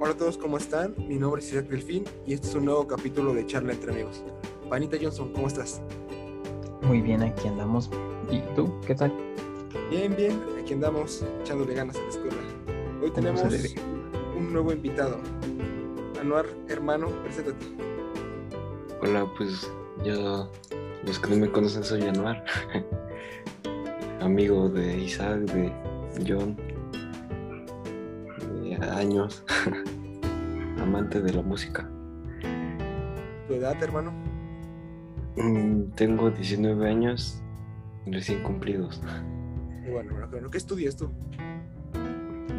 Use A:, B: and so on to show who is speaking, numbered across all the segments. A: Hola a todos, ¿cómo están? Mi nombre es Isaac Delfín y este es un nuevo capítulo de Charla entre Amigos. Panita Johnson, ¿cómo estás?
B: Muy bien, aquí andamos. ¿Y tú? ¿Qué tal?
A: Bien, bien, aquí andamos echándole ganas a la escuela. Hoy
B: ¿Cómo
A: tenemos
B: se debe?
A: un nuevo invitado. Anuar, hermano, preséntate.
C: Hola, pues yo, los que no me conocen, soy Anuar, amigo de Isaac, de John, de años, amante de la música.
A: ¿Tu edad, hermano?
C: Mm, Tengo 19 años recién cumplidos.
A: Y bueno, bueno, bueno, ¿qué estudias tú?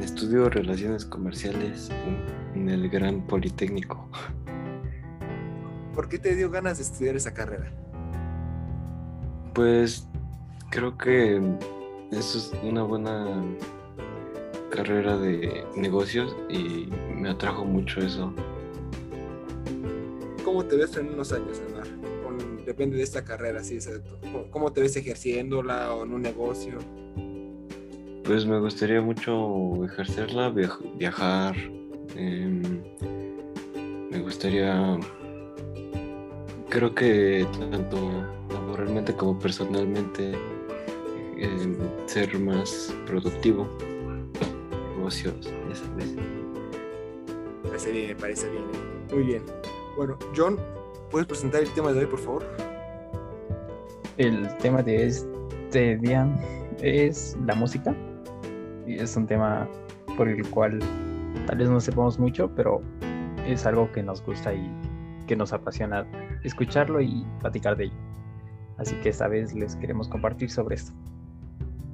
C: Estudio relaciones comerciales en- en el Gran Politécnico.
A: ¿Por qué te dio ganas de estudiar esa carrera?
C: Pues creo que eso es una buena carrera de negocios y me atrajo mucho eso.
A: ¿Cómo te ves en unos años, Anuar? Con- depende de esta carrera, sí, exacto. ¿Cómo- ¿Cómo te ves ejerciéndola o en un negocio?
C: Pues me gustaría mucho ejercerla, viaj- viajar. em, me gustaría, creo que tanto laboralmente como personalmente, em, ser más productivo. Negocios, ya sabes.
A: Parece bien, me parece bien. ¿eh? Muy bien. Bueno, John, ¿puedes presentar el tema de hoy, por favor?
B: El tema de este día es la música. Y es un tema por el cual tal vez no sepamos mucho, pero es algo que nos gusta y que nos apasiona escucharlo y platicar de ello. Así que esta vez les queremos compartir sobre esto.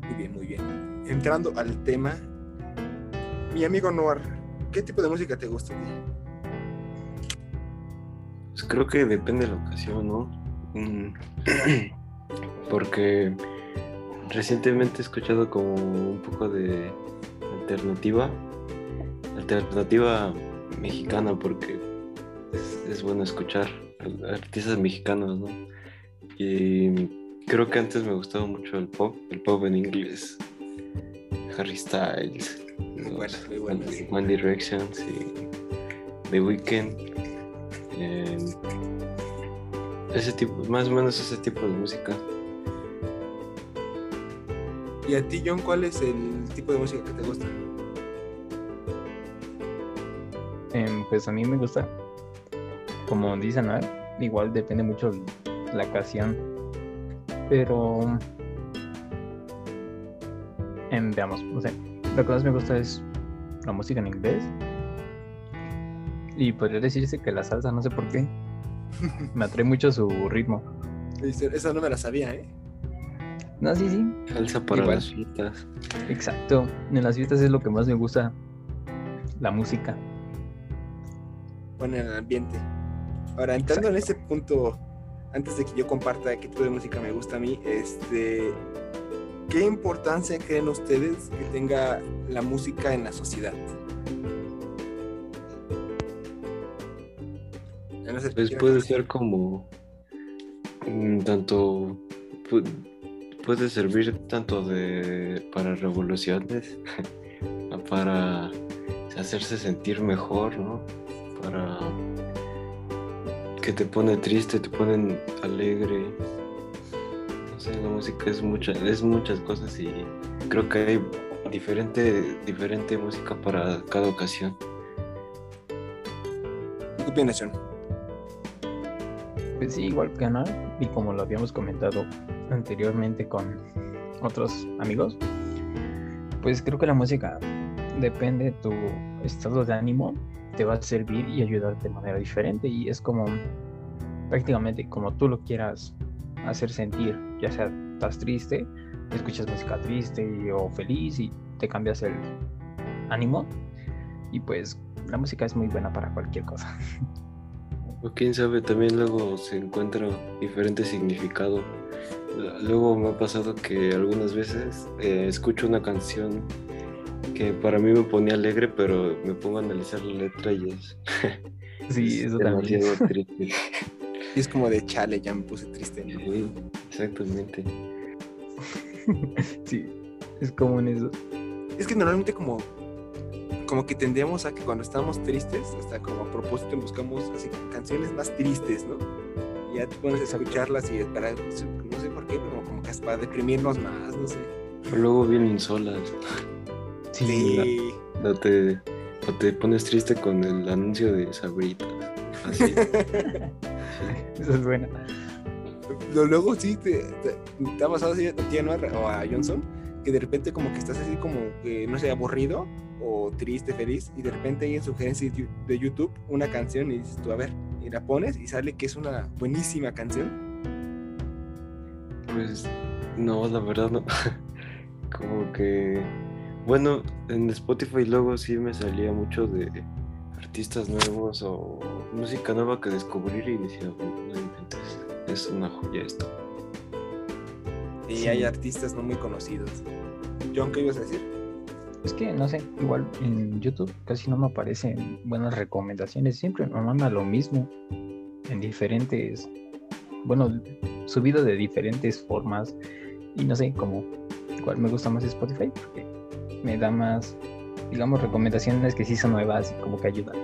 A: Muy bien, muy bien. Entrando al tema, mi amigo Noir, ¿qué tipo de música te gusta? a ti?
C: Pues creo que depende de la ocasión, ¿no? Mm, Porque recientemente he escuchado como un poco de alternativa, alternativa mexicana, porque es, es bueno escuchar al- artistas mexicanos, ¿no? Y creo que antes me gustaba mucho el pop, el pop en inglés, Harry Styles, los
A: buenas, muy buenas.
C: One- One Direction, sí, The Weeknd. eh, ese tipo, más o menos ese tipo de música.
A: Y a ti, John, ¿cuál es el tipo de música que te gusta?
B: Em, pues a mí me gusta. Como dicen, ¿no? igual depende mucho l- la ocasión. Pero. em, veamos, no sé. Lo que más me gusta es la música en inglés. Y podría decirse que la salsa, no sé por qué. Me atrae mucho su ritmo.
A: Dice, Esa no me la sabía, ¿eh?
B: No, sí, sí.
C: Salsa para
B: Igual.
C: las fiestas.
B: Exacto. En las fiestas es lo que más me gusta. La música.
A: Bueno, en el ambiente. Ahora, entrando en ese punto, antes de que yo comparta qué tipo de música me gusta a mí, este, ¿qué importancia creen ustedes que tenga la música en la sociedad? Ya no sé,
C: Pues
A: ¿quién
C: puede
A: empieza?
C: ser como mm, tanto pu- puede servir tanto de para revoluciones, para hacerse sentir mejor, ¿no? Para que te pone triste, te ponen alegre. No sé, la música es mucha, es muchas cosas y creo que hay diferente, diferente música para cada ocasión.
A: ¿Qué opinas, John?
B: Pues sí, igual ganar. Y como lo habíamos comentado anteriormente con otros amigos, pues creo que la música, depende de tu estado de ánimo, te va a servir y ayudar de manera diferente. Y es como prácticamente como tú lo quieras hacer sentir, ya sea estás triste, escuchas música triste o feliz y te cambias el ánimo. Y pues la música es muy buena para cualquier cosa.
C: O quién sabe, también luego se encuentra diferente significado. L- Luego me ha pasado que algunas veces eh, escucho una canción que para mí me ponía alegre, pero me pongo a analizar la letra y es,
B: Sí,
C: es
B: eso también.
C: demasiado triste.
A: Y es como de chale, ya me puse triste. ¿no?
C: Sí, Exactamente.
B: Sí, es común eso.
A: Es que normalmente como, como que tendemos a que cuando estamos tristes, hasta como a propósito buscamos así canciones más tristes, ¿no? Y ya te pones a escucharlas y para, no sé, no sé por qué, pero como que es para deprimirnos más, no sé.
C: Pero luego vienen solas.
A: Sí.
C: No te, no te pones triste con el anuncio de Sabritas. Así.
B: Esa es buena.
A: Lo- Luego sí, te, te, te ha pasado así a Tatiana o a Johnson, que de repente como que estás así como que, no sé, aburrido o triste, feliz, y de repente hay en sugerencias de Yu- de YouTube una canción y dices tú, a ver, y la pones y sale que es una buenísima canción.
C: Pues no, la verdad no. Como que. Bueno, en Spotify luego sí me salía mucho de artistas nuevos o música nueva que descubrir y decía, "Oh, no inventes, es una joya esto.
A: Y
B: Sí.
A: hay artistas no muy conocidos. John, ¿qué ibas a decir?
B: Es que no sé, igual en YouTube casi no me aparecen buenas recomendaciones. Siempre me manda lo mismo en diferentes. Bueno, subido de diferentes formas. Y no sé, como igual me gusta más Spotify porque me da más, digamos, recomendaciones que sí son nuevas y como que ayudan.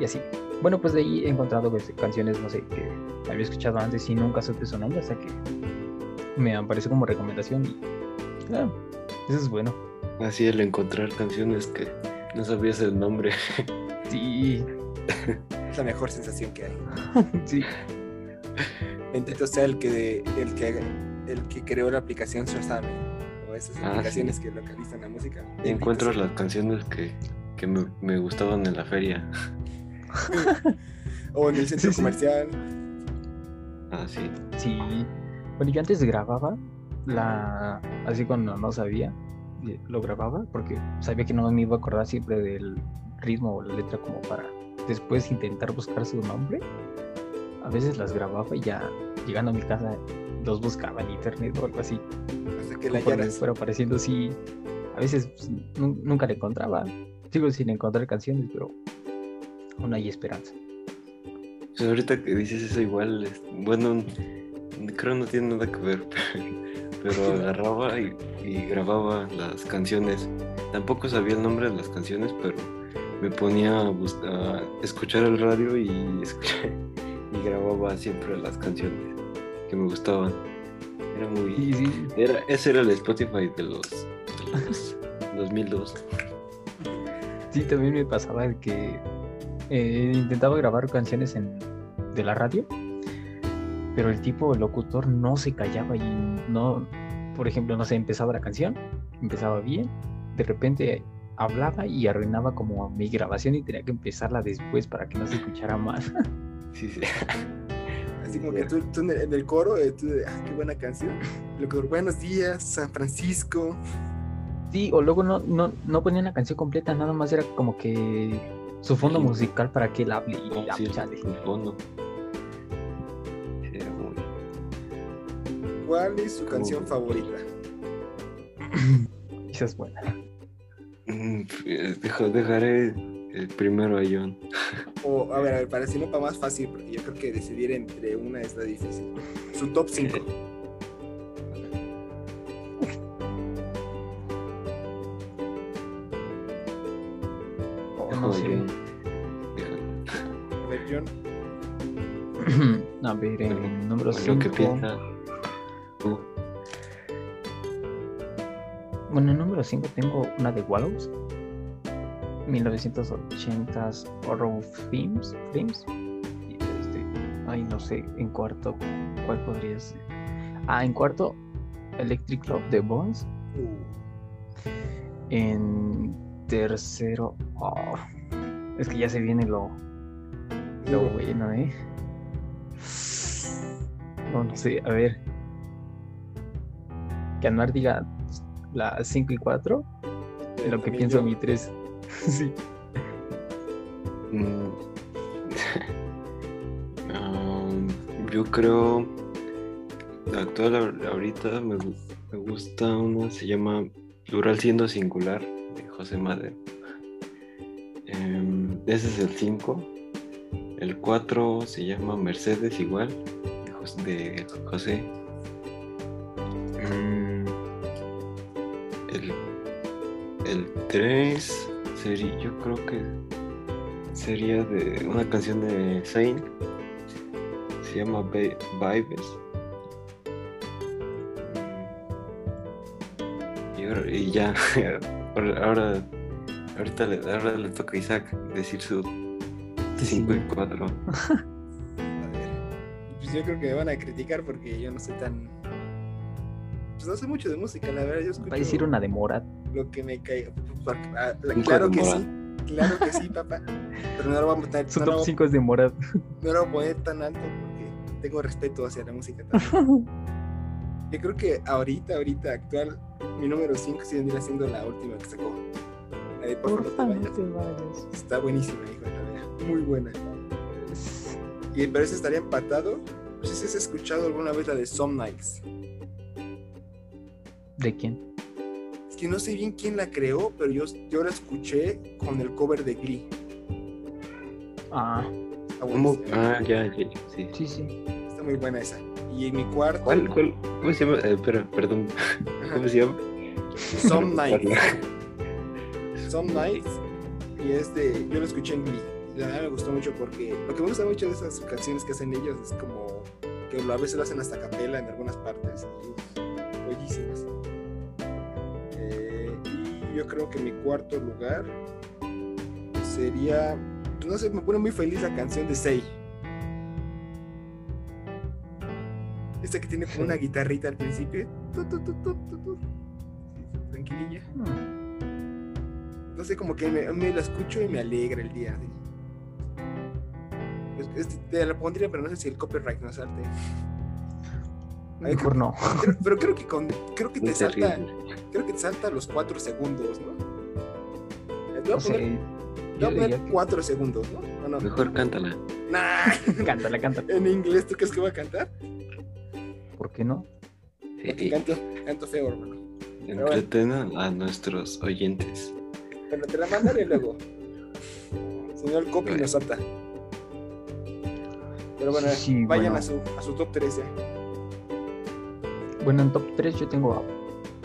B: Y así. Bueno, pues de ahí he encontrado pues, canciones, no sé, que había escuchado antes y nunca supe su nombre hasta que me apareció como recomendación. Y claro, eso es bueno.
C: Así el encontrar canciones que no sabías el nombre.
B: Sí,
A: Es la mejor sensación que hay.
B: sí.
A: Bendito sea el que, el que, el que creó la aplicación Shazam, o esas
C: Ah, sí.
A: aplicaciones que localizan la música. Bendito
C: Encuentras
A: sea.
C: las canciones que, que me, me gustaban en la feria.
A: O en el centro
B: Sí, sí.
A: comercial.
C: Así.
B: Sí. Bueno, yo antes grababa la. Así cuando no sabía, eh, lo grababa porque sabía que no me iba a acordar siempre del ritmo o la letra como para después intentar buscar su nombre. A veces las grababa y ya llegando a mi casa los buscaba en internet o algo así.
A: Hasta que la
B: Conforme
A: hallaras.
B: fuera apareciendo, sí. A veces pues, nu- nunca la encontraba. Sigo sin encontrar canciones, pero aún hay esperanza.
C: O sea, Pues ahorita que dices eso igual, es- bueno, n- creo no tiene nada que ver, pero agarraba y, y grababa las canciones. Tampoco sabía el nombre de las canciones, pero me ponía a, bus- a escuchar el radio y, escuch- y grababa siempre las canciones que me gustaban. Era muy...
B: Y sí,
C: Era, ese era el Spotify de los, de los 2002.
B: Sí, también me pasaba de que eh, intentaba grabar canciones en- de la radio, pero el tipo, el locutor, no se callaba y no, por ejemplo, no sé, empezaba la canción, empezaba bien, de repente hablaba y arruinaba como mi grabación y tenía que empezarla después para que no se escuchara más.
C: Sí, sí.
A: Así como que tú, tú en, el, en el coro, eh, tú de, ah, qué buena canción. Lo que- buenos días, San Francisco.
B: Sí, o luego no, no, no ponían la canción completa, nada más era como que su fondo
C: Sí.
B: musical para que él hable y
C: No,
B: ya,
C: sí,
B: chale.
C: el fondo. Sí, era muy...
A: ¿Cuál es
B: Oh.
A: su canción
C: Uh.
A: favorita?
B: Esa es buena.
C: Mm, eh, dejo- dejaré el primero a John.
A: O, a ver, a ver, para decirlo para más fácil, porque yo creo que decidir entre una está difícil. Su top 5.
B: Yo no
C: Ojo,
B: sé.
C: John. Deja-
A: A ver, John,
B: A ver, en el número
C: Lo que
B: 5.
C: piensa. Oh. tú.
B: Bueno, en el número 5 tengo una de Wallows. 1980s horror films. films. Y, este, ay, no sé, en cuarto, ¿cuál podría ser? Ah, en cuarto, Electric Club de Bones.
A: uh,
B: En tercero, oh, es que ya se viene lo, lo
A: uh,
B: bueno, ¿eh? No, no sé, a ver. Que Anuar diga las 5 y
A: eh,
B: 4. Lo que
A: también
B: pienso
A: yo.
B: mi 3. sí.
C: Mm. Um, yo creo. La actual ahor- ahorita me, gu- me gusta una, se llama Plural siendo singular, de José Madero. Em, ese es el 5. El 4 se llama Mercedes igual, de Jos- de José. Mm, el 3 sería, yo creo que sería de una canción de Zayn. Se llama Ba- Vibes. Mm. Y, ahora- y ya, ahora, ahora- ahorita le, ahora le toca a Isaac decir su 5 y 4.
A: A ver. Pues yo creo que me van a criticar porque yo no sé tan. Pues no sé mucho de música, la verdad. Yo escucho
B: Va a decir una demora.
A: lo que me caiga. Ah, la-
C: Un
A: Claro
C: cuadro
A: que sí,
C: morado.
A: claro que sí, papá. Pero no lo vamos a poner,
B: Su
A: no lo
B: top
A: voy-
B: 5 es demora.
A: no lo voy a poner tan alto porque tengo respeto hacia la música también. Yo creo que ahorita, ahorita, actual, mi número 5 sí vendría siendo la última que sacó. La de por favor, no te vayas. Está buenísima, hijo de la verga, Muy buena. Y pero ese estaría empatado. No sé si has escuchado alguna vez la de Some Nights.
B: ¿De quién?
A: Es que no sé bien quién la creó, pero yo, yo la escuché con el cover de Glee.
B: Ah,
A: Está
C: ¿Cómo?
A: buenísima.
C: Ah, ya, ya, ya, sí.
B: sí, sí.
A: Está muy buena esa. Y en mi cuarto,
C: ¿Cuál, cuál? ¿Cómo se llama? Eh, espera, perdón.
A: ajá,
C: ¿Cómo se llama?
A: Some Nights. Some Nights. Y este, yo lo escuché en Glee. Y La verdad me gustó mucho porque lo que me gusta mucho de esas canciones que hacen ellos es como que a veces lo hacen hasta capela en algunas partes. Y uf, bellísimas. Eh, y yo creo que mi cuarto lugar sería. No sé, me pone muy feliz la canción de Sei. Esta que tiene como una guitarrita al principio. Tu, tu, tu, tu, tu, tu. Tranquililla.
B: Mm,
A: No sé, como que me, me la escucho y me alegra el día. así. Es- es- te la pondría, pero no sé si el copyright no salte. Ay,
B: Mejor no.
A: Creo- pero creo que con, creo que
C: Muy
A: te salta,
C: terrible.
A: creo que te salta a los 4 segundos, ¿no? Te voy a
B: No
A: poner,
B: sé.
A: te
B: Yo
A: voy a poner
B: diría que-
A: 4 segundos, ¿no? ¿O no?
C: Mejor cántala.
A: Nah,
B: Cántala, cántala.
A: en inglés, ¿tú crees que voy a cantar?
B: ¿Por qué no?
A: Porque
C: Sí,
A: canto, canto feo, hermano. bueno.
C: entretenan a nuestros oyentes.
A: Pero te la mandaré luego. Señor copy
C: Bueno.
A: nos salta. Pero bueno,
B: Sí, sí,
A: vayan
B: bueno.
A: A, su, a su top 13.
B: Bueno, en top 3 yo tengo a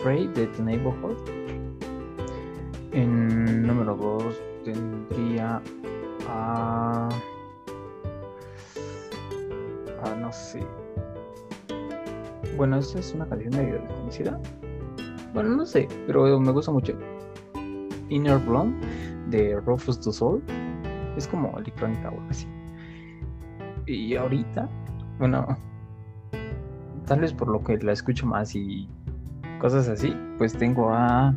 B: Prey de The Neighborhood. En número 2 tendría a. a no sé. Bueno, esa es una canción medio desconocida. Bueno, no sé, pero me gusta mucho. Inner Blonde de Rufus Du Sol. Es como electrónica o algo así. Y ahorita, bueno, tal vez por lo que la escucho más y cosas así, pues tengo a.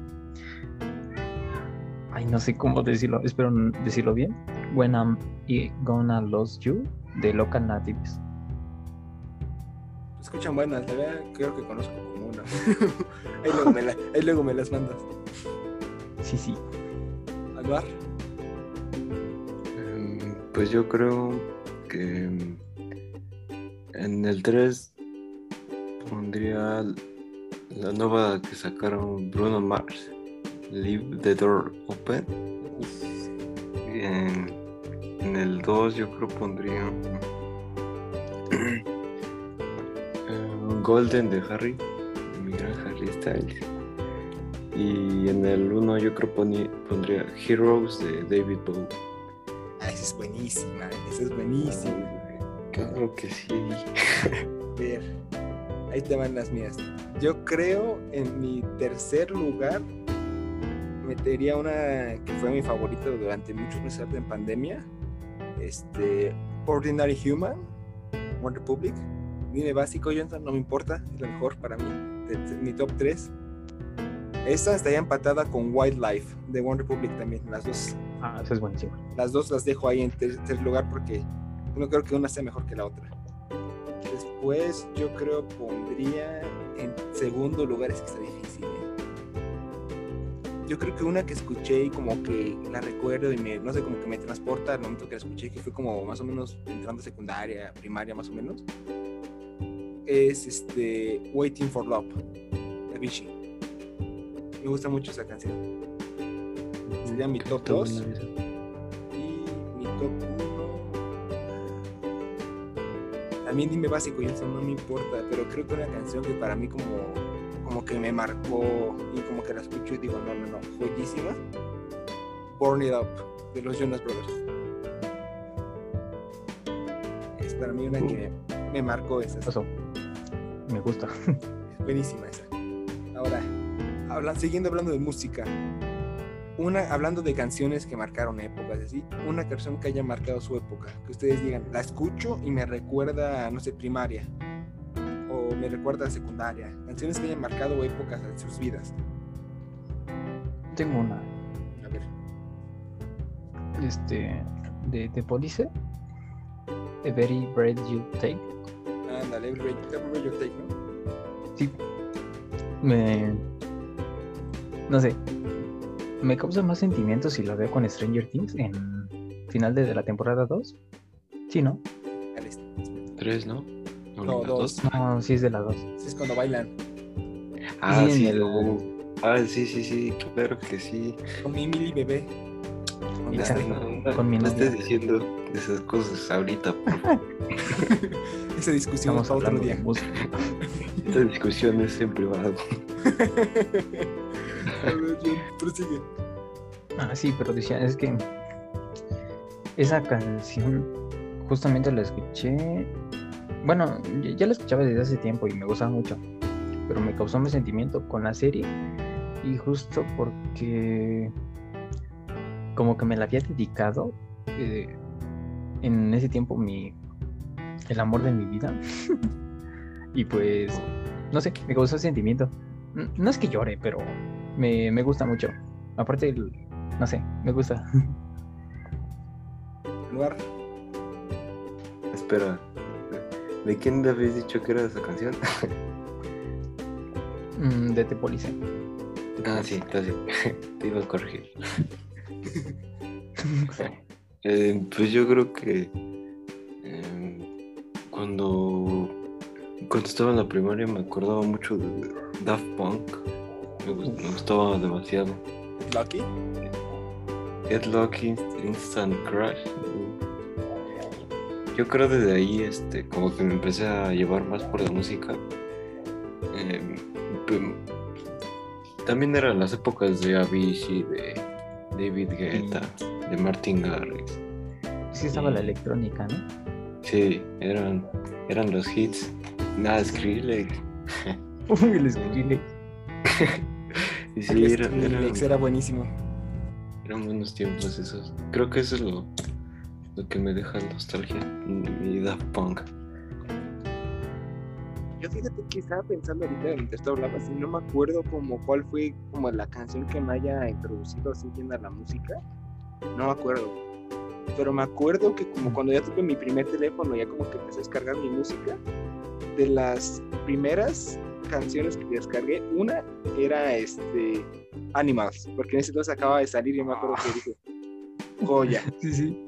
B: Ay, no sé cómo decirlo, espero n- decirlo bien. When I'm I- Gonna Lose You de Local Natives.
A: Escuchan buenas, la verdad creo que conozco como una. ahí, luego me la- ahí luego me las mandas.
B: Sí, sí.
A: Alvar,
C: Mm, Pues yo creo que mm, en el 3 pondría la nueva que sacaron Bruno Mars, Leave the Door Open. Y En, en el 2 yo creo pondría eh, Golden de Harry, de mi gran Harry Styles. Y en el 1 yo creo poni- pondría Heroes de David Bowie.
A: ah, esa es buenísima, esa es buenísima.
C: Claro que sí.
A: A ver, ahí te van las mías. Yo creo en mi tercer lugar metería una que fue mi favorita durante muchos meses en pandemia. Este, Ordinary Human, One Republic. Dime básico, Jonathan, no me importa, es la mejor para mí. de- de mi top 3. Esta estaría empatada con Wildlife de One Republic también. Las dos,
B: Ah, eso es buenísimo.
A: las dos las dejo ahí en ter- tercer lugar porque no creo que una sea mejor que la otra. Después yo creo pondría en segundo lugar, es que está difícil. ¿eh? Yo creo que una que escuché y como que la recuerdo y me, no sé, como que me transporta al momento que la escuché, que fue como más o menos entrando a secundaria, primaria más o menos, es este Waiting for Love de Avicii. Me gusta mucho esa canción. Sería mi top 2. Y mi top 1. También dime básico, y eso no me importa, pero creo que una canción que para mí como, como que me marcó y como que la escucho y digo, no, no, no, joyísima. Burn It Up de los Jonas Brothers. Es para mí una que me marcó esa. Es
B: Eso. Me gusta.
A: buenísima esa. Ahora, habla- siguiendo hablando de música. Una, hablando de canciones que marcaron épocas, así, una canción que haya marcado su época, que ustedes digan, la escucho y me recuerda, a, no sé, primaria, o me recuerda a secundaria, canciones que hayan marcado épocas en sus vidas.
B: Tengo una.
A: A ver,
B: Este. De, de Police. The Very Breath You Take.
A: ándale, Every Breath- Every Breath You Take, ¿no?
B: Sí. Me. No sé. Me causa más sentimientos si lo veo con Stranger Things en final de de la temporada 2. Sí, ¿no?
A: Al est-
C: Tres, ¿no? ¿O
A: No,
C: la
A: dos.
B: No, sí es de la 2.
A: Sí, es cuando bailan
C: Ah,
B: Y en
C: sí,
B: el-
C: no. Ah, sí, sí, sí, claro que sí.
A: con mi Mili bebé. Con
B: Ya.
A: este-
B: Con mi
C: no estés
B: novia.
C: diciendo esas cosas ahorita. por favor.
A: Esa discusión
B: Estamos
A: para otro
B: hablando de
A: día.
B: música.
C: Estas discusiones en privado.
A: A ver, bien, prosigue.
B: Ah, sí, pero decía, es que esa canción justamente la escuché. Bueno, ya- ya la escuchaba desde hace tiempo y me gustaba mucho, pero me causó mi sentimiento con la serie y justo porque como que me la había dedicado eh, en ese tiempo mi el amor de mi vida y pues no sé, me causó sentimiento. N- No es que llore, pero me, me gusta mucho. Aparte, el- no sé, me gusta.
A: Anuar,
C: Espera. ¿De quién le habéis dicho que era esa canción?
B: Mm, de Tepolice.
C: Ah, sí, está bien. Te iba a corregir. Eh, pues yo creo que eh, cuando, cuando estaba en la primaria me acordaba mucho de Daft Punk. Me, gust- me gustaba demasiado.
A: Lucky.
C: Get Lucky, Instant Crush. Yo creo desde ahí, este, como que me empecé a llevar más por la música. Eh, pum. también eran las épocas de Avicii, de David Guetta, de Martin Garrix.
B: Sí estaba la electrónica, ¿no?
C: Sí, eran, eran los hits. Nada, Skrillex.
B: Uy, el Skrillex.
C: Y sí, eran, eran,
A: Alex Este, era buenísimo.
C: eran buenos tiempos esos. Creo que eso es lo, lo que me deja nostalgia y Daft Punk.
A: Yo fíjate que estaba pensando ahorita mientras tú hablabas y no me acuerdo como cuál fue como la canción que me haya introducido así bien a la música. No me acuerdo. Pero me acuerdo que como cuando ya tuve mi primer teléfono, ya como que empecé a descargar mi música, de las primeras canciones que descargué, una era este Animals, porque en ese entonces acaba de salir y me acuerdo que dije, joya.
B: Sí, sí.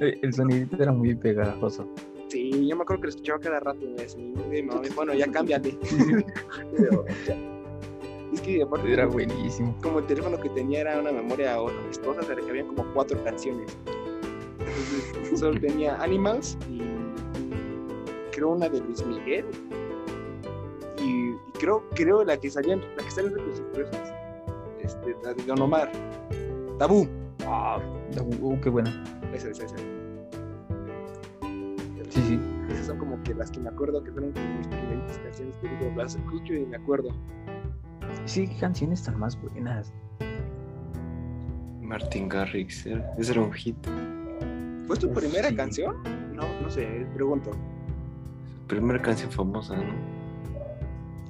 B: Eh, El sonidito era muy pegajoso.
A: Sí, yo me acuerdo que lo escuchaba cada rato. Es mi mi mamá, bueno, ya cámbiate. Pero, ya. es que aparte,
B: Era buenísimo.
A: como el teléfono que tenía era una memoria o- amistosa, de la que había como cuatro canciones. Entonces, solo tenía Animals y creo una de Luis Miguel. Y, y creo, creo la que salía, la que salió en Retos Expresos, este, la de Don Omar. Tabú.
B: Ah, uh, qué bueno.
A: Esa, esa, esa.
B: Sí, sí.
A: Esas son como que las que me acuerdo que fueron como mis primeras canciones que digo, las escucho y me acuerdo.
B: Sí, qué canciones tan más buenas.
C: Martin Garrix, era- ese era un hit.
A: ¿Fue tu
B: Uf,
A: primera
B: sí.
A: canción? No, no sé, eh, pregunto.
C: Primera canción famosa, ¿no?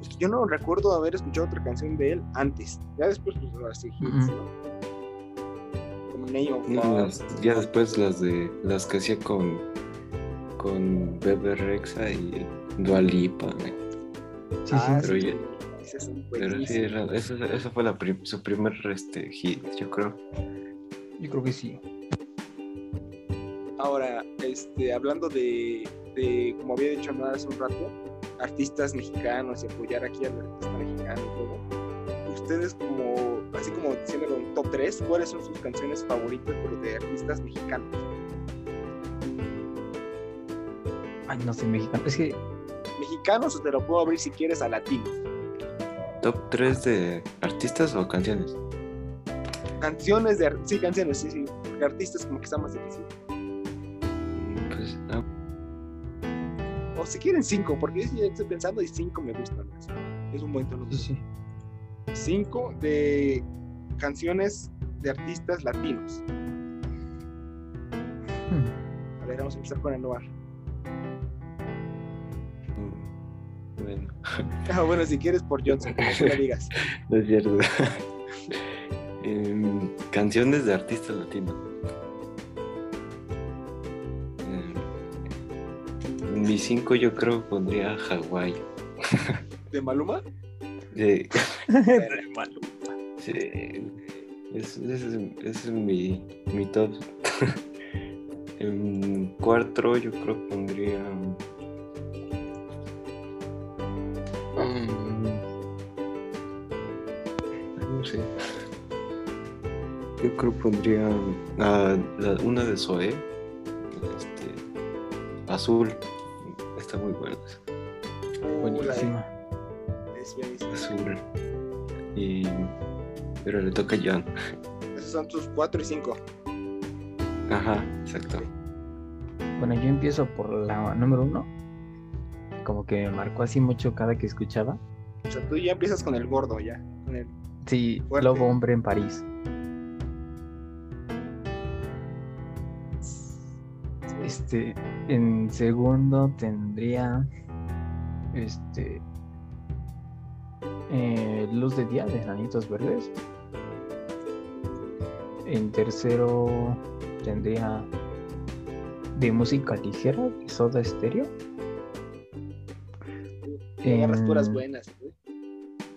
A: Es que yo no recuerdo haber escuchado otra canción de él antes. Ya después, pues ahora sí, hits,
B: Ujú.
A: ¿no? Como Name of God.
C: Las- ya después las de las que hacía con con Bebe Rexa y Dualipa.
B: Sí,
A: Ah,
B: sí.
C: pero
A: sí,
C: ya-
A: esas son
C: Pero sí,
A: buenísimas.
C: era, esa, esa fue la prim- su primer este, hit, yo creo.
B: Yo creo que sí.
A: Ahora, este, hablando de, de, como había dicho Anuar hace un rato, artistas mexicanos y apoyar aquí al artista mexicano y todo, ustedes como, así como diciéndolo un top 3, ¿cuáles son sus canciones favoritas pero de artistas mexicanos?
B: Ay, no sé, mexicano. Es que
A: ¿Mexicanos o te lo puedo abrir si quieres a latinos?
C: Top 3 de artistas o canciones.
A: canciones de ar- sí, canciones, sí, sí, porque artistas como que está más difícil.
C: Pues, ah,
A: O si quieren cinco, porque yo sí estoy pensando y cinco me gustan más. Es un buen tono.
B: Sí, pues, sí.
A: Cinco de canciones de artistas latinos.
B: Hmm.
A: A ver, vamos a empezar con el Noir.
C: mm, bueno,
A: Ah, bueno, si quieres por Johnson, como tú me digas.
C: no es cierto. Em, canciones de artistas latinos. Em, en Mi 5 yo creo que pondría Hawái.
A: ¿De Maluma?
C: Eh,
B: Re malo.
C: sí, es, es, es mi, mi top. en cuarto yo creo que pondría... mm, no sé. Yo creo que pondría ah, la- una de Zoe. Este, azul. Está muy buena. esa.
B: Buenísima.
A: Es buenísimo.
C: Azul. Y, pero le toca a John.
A: Esos son tus cuatro y cinco.
C: Ajá, exacto.
B: Bueno, yo empiezo por la número uno. Como que me marcó así mucho cada que escuchaba.
A: O sea, tú ya empiezas con el gordo, ya. Con el...
B: Sí,
A: Fuerte.
B: Lobo Hombre en París. Este, en segundo tendría. Este. eh, Luz de Día de Nanitos Verdes. En tercero tendría. De música ligera, de Soda Stereo.
A: Te agarras puras
B: En-
A: buenas. ¿eh?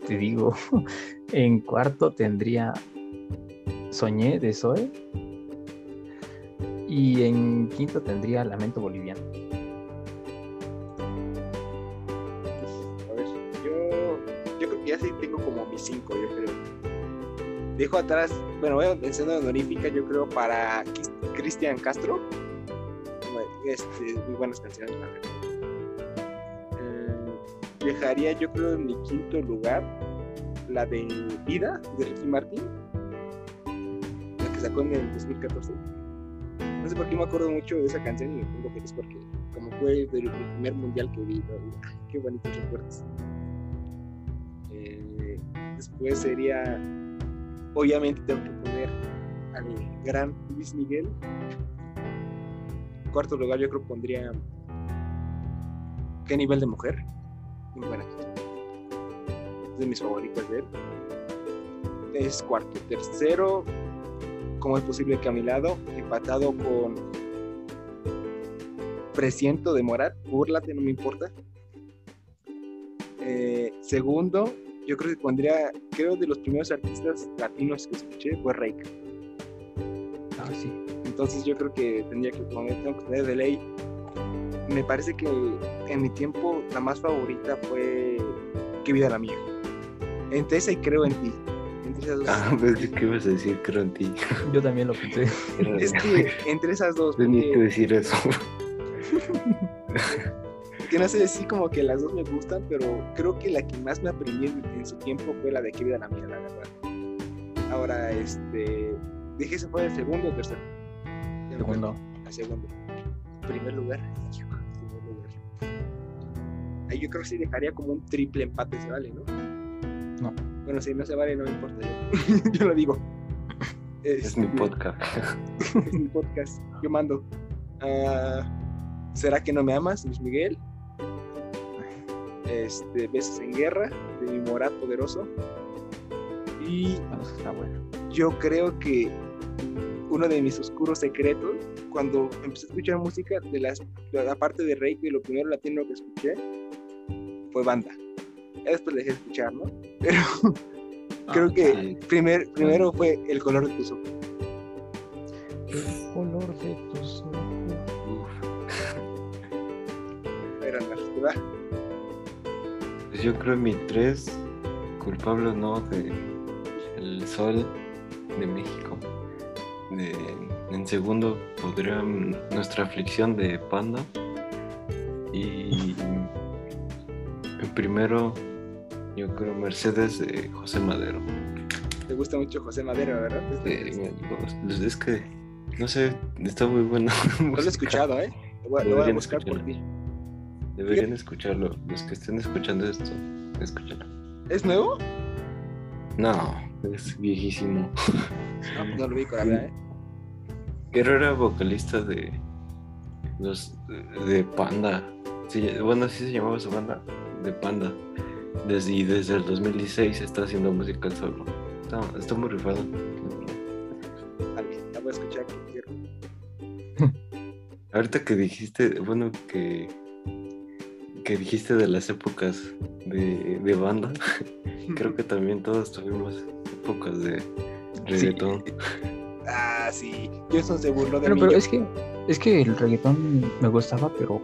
B: te digo, en cuarto tendría Soñé de Zoe. Y en quinto tendría Lamento Boliviano.
A: A ver, yo, yo creo que ya sí tengo como mis cinco, yo creo. Dejo atrás, bueno, voy a mencionar honorífica, yo creo, para Quis- Cristian Castro. Este, muy buenas canciones, la verdad. Eh, dejaría, yo creo, en mi quinto lugar la de Vida, de Ricky Martin, la que sacó en el 2014. No sé por qué me acuerdo mucho de esa canción y me pongo feliz porque, como fue del primer mundial que vi, ¿no? Y, ay, qué bonitos recuerdos. Eh, después sería, obviamente, tengo que poner al gran Luis Miguel. En cuarto lugar, yo creo que pondría ¿Qué nivel de mujer? Muy buena. Es de mis favoritas de él. Es cuarto. Tercero, ¿Cómo es posible que a mi lado, empatado con Presiento de Morat, Búrlate, no me importa. Eh, segundo, yo creo que pondría, creo de los primeros artistas latinos que escuché fue Reik.
B: Ah, sí.
A: Entonces yo creo que tendría que poner, tengo que poner de ley. Me parece que en mi tiempo la más favorita fue Qué vida la mía. Entre esa y creo en ti. Entre esas dos.
C: Ah, pensé que ibas a decir Cronty.
B: Yo también lo pensé.
A: Es que entre esas dos.
C: Tenía
A: porque-
C: que decir eso.
A: que no sé decir como que las dos me gustan, pero creo que la que más me aprendí en, en su tiempo fue la de Querida la mía, la verdad. Ahora, este, dije se fue el segundo o tercero. Ya no
B: Segundo.
A: acuerdo. A segundo. Primer lugar. hijo, primer lugar. Ahí yo creo que sí dejaría como un triple empate, se vale, ¿no?
B: No.
A: Bueno, si no se vale, no me importa. Yo, yo lo digo.
C: Es mi
A: Este,
C: podcast.
A: es mi podcast. Yo mando. Ah, ¿Será que no me amas, Luis Miguel? Este, Besos en Guerra, de mi morat poderoso. Y
B: Ah, eso está bueno.
A: yo creo que uno de mis oscuros secretos, cuando empecé a escuchar música, de, las, de la parte de Reiki, lo primero latino que escuché fue banda. Ya después dejé de escuchar, ¿no? Pero creo que
C: Ah, sí.
A: primer, primero fue El color de tus ojos.
B: El color de tus ojos.
C: Uf.
A: Era la ¿verdad?
C: Pues yo creo en mi 3, culpable o no, de El Sol de México. De- en segundo, podría mm, Nuestra aflicción de Panda. Y en primero, yo creo Mercedes de José Madero.
A: Te gusta mucho José Madero, ¿verdad?
C: Sí, me- me- es que, no sé, está muy bueno.
A: No lo he escuchado, ¿eh? Lo voy, a- lo voy a
C: Deberían
A: buscar por ti.
C: Deberían escucharlo. Los que estén escuchando esto, escúchalo.
A: ¿Es nuevo?
C: No, es viejísimo.
A: No, pues no lo ubico, la verdad, ¿eh?
C: Guerrero era vocalista de los de Panda. Sí, bueno, así se llamaba su banda, de Panda. Desde, y desde el 2016 está haciendo música él solo. Está, está muy rifado.
A: Vale, la voy a escuchar. porque quiero.
C: Ahorita que dijiste, bueno, que, que dijiste de las épocas de, de banda, creo que también todos tuvimos épocas de reggaetón.
A: Ah, sí. Jason se burló de
B: Bueno,
A: mí.
B: pero
A: yo-
B: es que, es que el reggaetón me gustaba, pero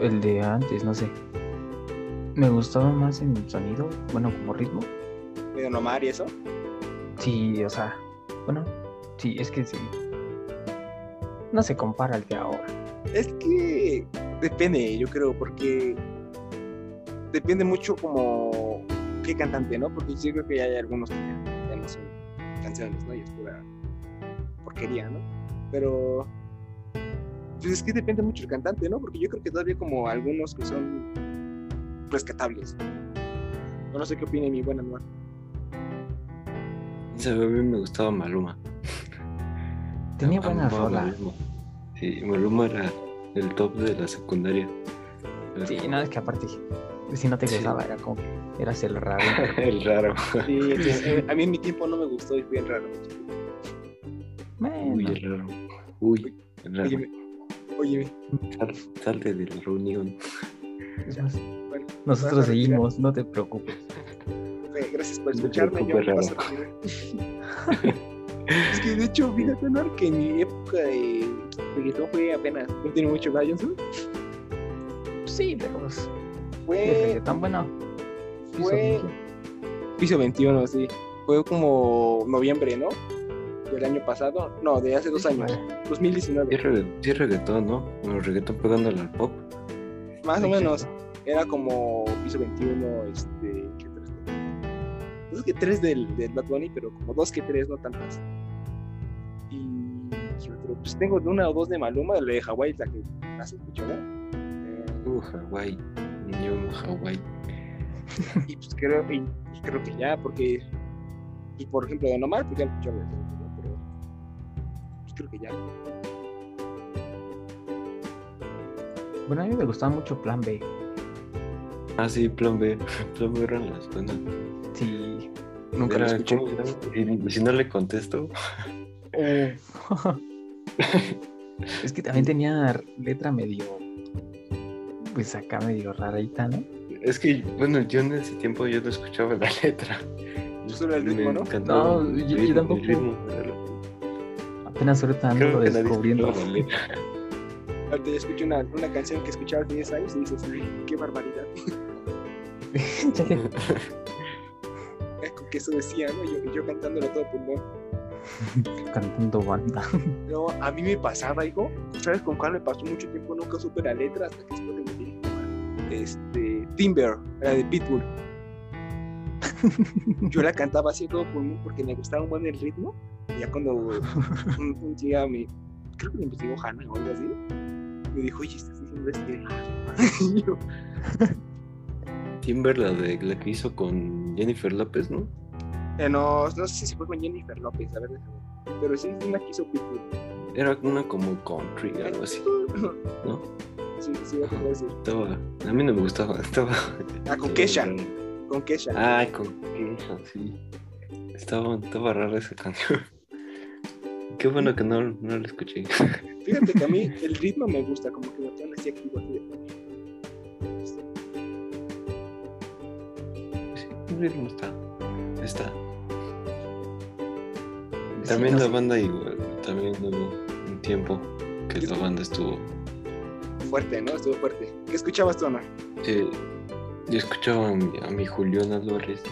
B: el de antes, no sé. Me gustaba más en sonido, bueno, como ritmo.
A: Medio nomar y eso.
B: Sí, o sea, bueno, sí, es que sí. No se compara al de ahora.
A: Es que depende, yo creo, porque depende mucho como qué cantante, ¿no? Porque yo creo que ya hay algunos que ya ya no son canciones, ¿no? Y es pura porquería, ¿no? Pero pues es que depende mucho el cantante, ¿no? Porque yo creo que todavía como algunos que son rescatables. Yo no sé qué opine mi buena Anuar.
C: ¿Sabes? A mí me gustaba Maluma.
B: Tenía
C: A- a mí
B: buenas
C: me gustaba
B: rolas.
C: Maluma. Sí, Maluma era el top de la secundaria.
B: Sí, nada, es que aparte, si no te
C: Sí.
B: gustaba, era como, eras el raro.
C: el raro.
A: Sí, sí, a mí en mi tiempo no me gustó y fui bien raro.
B: Bueno,
C: Uy, el raro. Uy, el raro.
A: Óyeme, óyeme.
C: Sal- salte de la reunión.
B: es más,
A: Bueno,
B: nosotros
A: vas a retirar.
B: seguimos, no te preocupes.
A: Fe, Gracias por
C: No te
A: escucharme. Yo
C: preocupes,
A: me paso la idea. es que de hecho, fíjate, Honor, que mi época de reggaetón fue apenas. No tiene mucho, ¿verdad, Johnson?
B: Sí, pero pues, el
A: Fue
B: reggaetón, bueno. hizo
A: Eh, fue-
B: bien.
A: piso 21, sí. Fue como noviembre, ¿no? Del año pasado. No, de hace dos años.
B: Bueno,
C: Sí,
A: 2019.
C: regga- sí, reggaetón, ¿no? Bueno, reggaetón pegándole al pop.
A: Más o
B: exacto.
A: menos. Era como piso 21, este. ¿Qué tres? No sé que tres del, del Bad Bunny, pero como dos que tres, no tantas. Y. ¿qué otro? Pues tengo de una o dos de Maluma, la de Hawái, la que más escucho, ¿no? Eh,
C: Uh, Hawái. Yo amo Hawái.
A: y pues creo, y, pues, creo que ya, porque. pues, por ejemplo, de Nomar, pues ya lo escuchaba desde antes, ¿no? Pero. Pues creo que ya.
B: bueno, a mí me gustaba mucho Plan B.
C: Ah, sí, plan B. Plan B era en la escuela.
B: Sí.
A: Nunca lo
C: Era,
A: escuché.
C: ¿cómo era? Y si no le contesto,
A: Eh,
B: es que también tenía letra medio. Pues acá medio rarita, ¿no?
C: es que, bueno, yo en ese tiempo yo no escuchaba la letra.
A: Yo solo el ritmo, ¿no?
C: encantaba
B: No,
C: el
B: yo- yo
C: ritmo,
B: tampoco.
C: el ritmo, era lo-
B: Apenas ahorita
C: Creo
B: ando
C: que nadie
B: descubriendo.
C: escuchaba la letra.
A: Ahorita ya escucho una, una canción que escuchaba hace 10 años y dices, "Ay, qué barbaridad. eh, Que eso decía, ¿no? Yo, yo cantándolo a todo pulmón.
B: Cantando banda.
A: No, a mí me pasaba, hijo. ¿Sabes con cuál me pasó mucho tiempo? Nunca supe la letra hasta que después de mi Este, Timber, la de Pitbull. Yo la cantaba así a todo pulmón porque me gustaba un buen el ritmo. Y ya cuando un, un día me. Creo que me investigó Hannah o algo así. Me dijo, oye, estás diciendo este. Y yo,
C: Timber, la, de, la que hizo con Jennifer López, ¿no?
A: eh, no, no sé si fue con Jennifer López, a ver, déjame. ver. Pero sí es una que hizo Pitbull.
C: Era una como country, algo así. ¿No?
A: Sí, sí, sí, ya te voy a decir.
C: Estaba, a mí no me gustaba, estaba...
A: Ah, con Kesha, con Kesha.
C: Ah, con Kesha, sí. Estaba, estaba rara esa canción. Qué bueno que no, no la escuché.
A: Fíjate que a mí el ritmo me gusta, como que me pone así activo. así de-
C: Sí, el ritmo está. Está.
B: Sí,
C: También
B: no
C: la
B: sé.
C: banda igual, también hubo un tiempo que la banda estuvo.
A: Fuerte, ¿no? Estuvo fuerte. ¿Qué escuchabas tú, Ana?
C: Sí, eh, yo escuchaba a mi, a mi Julián Álvarez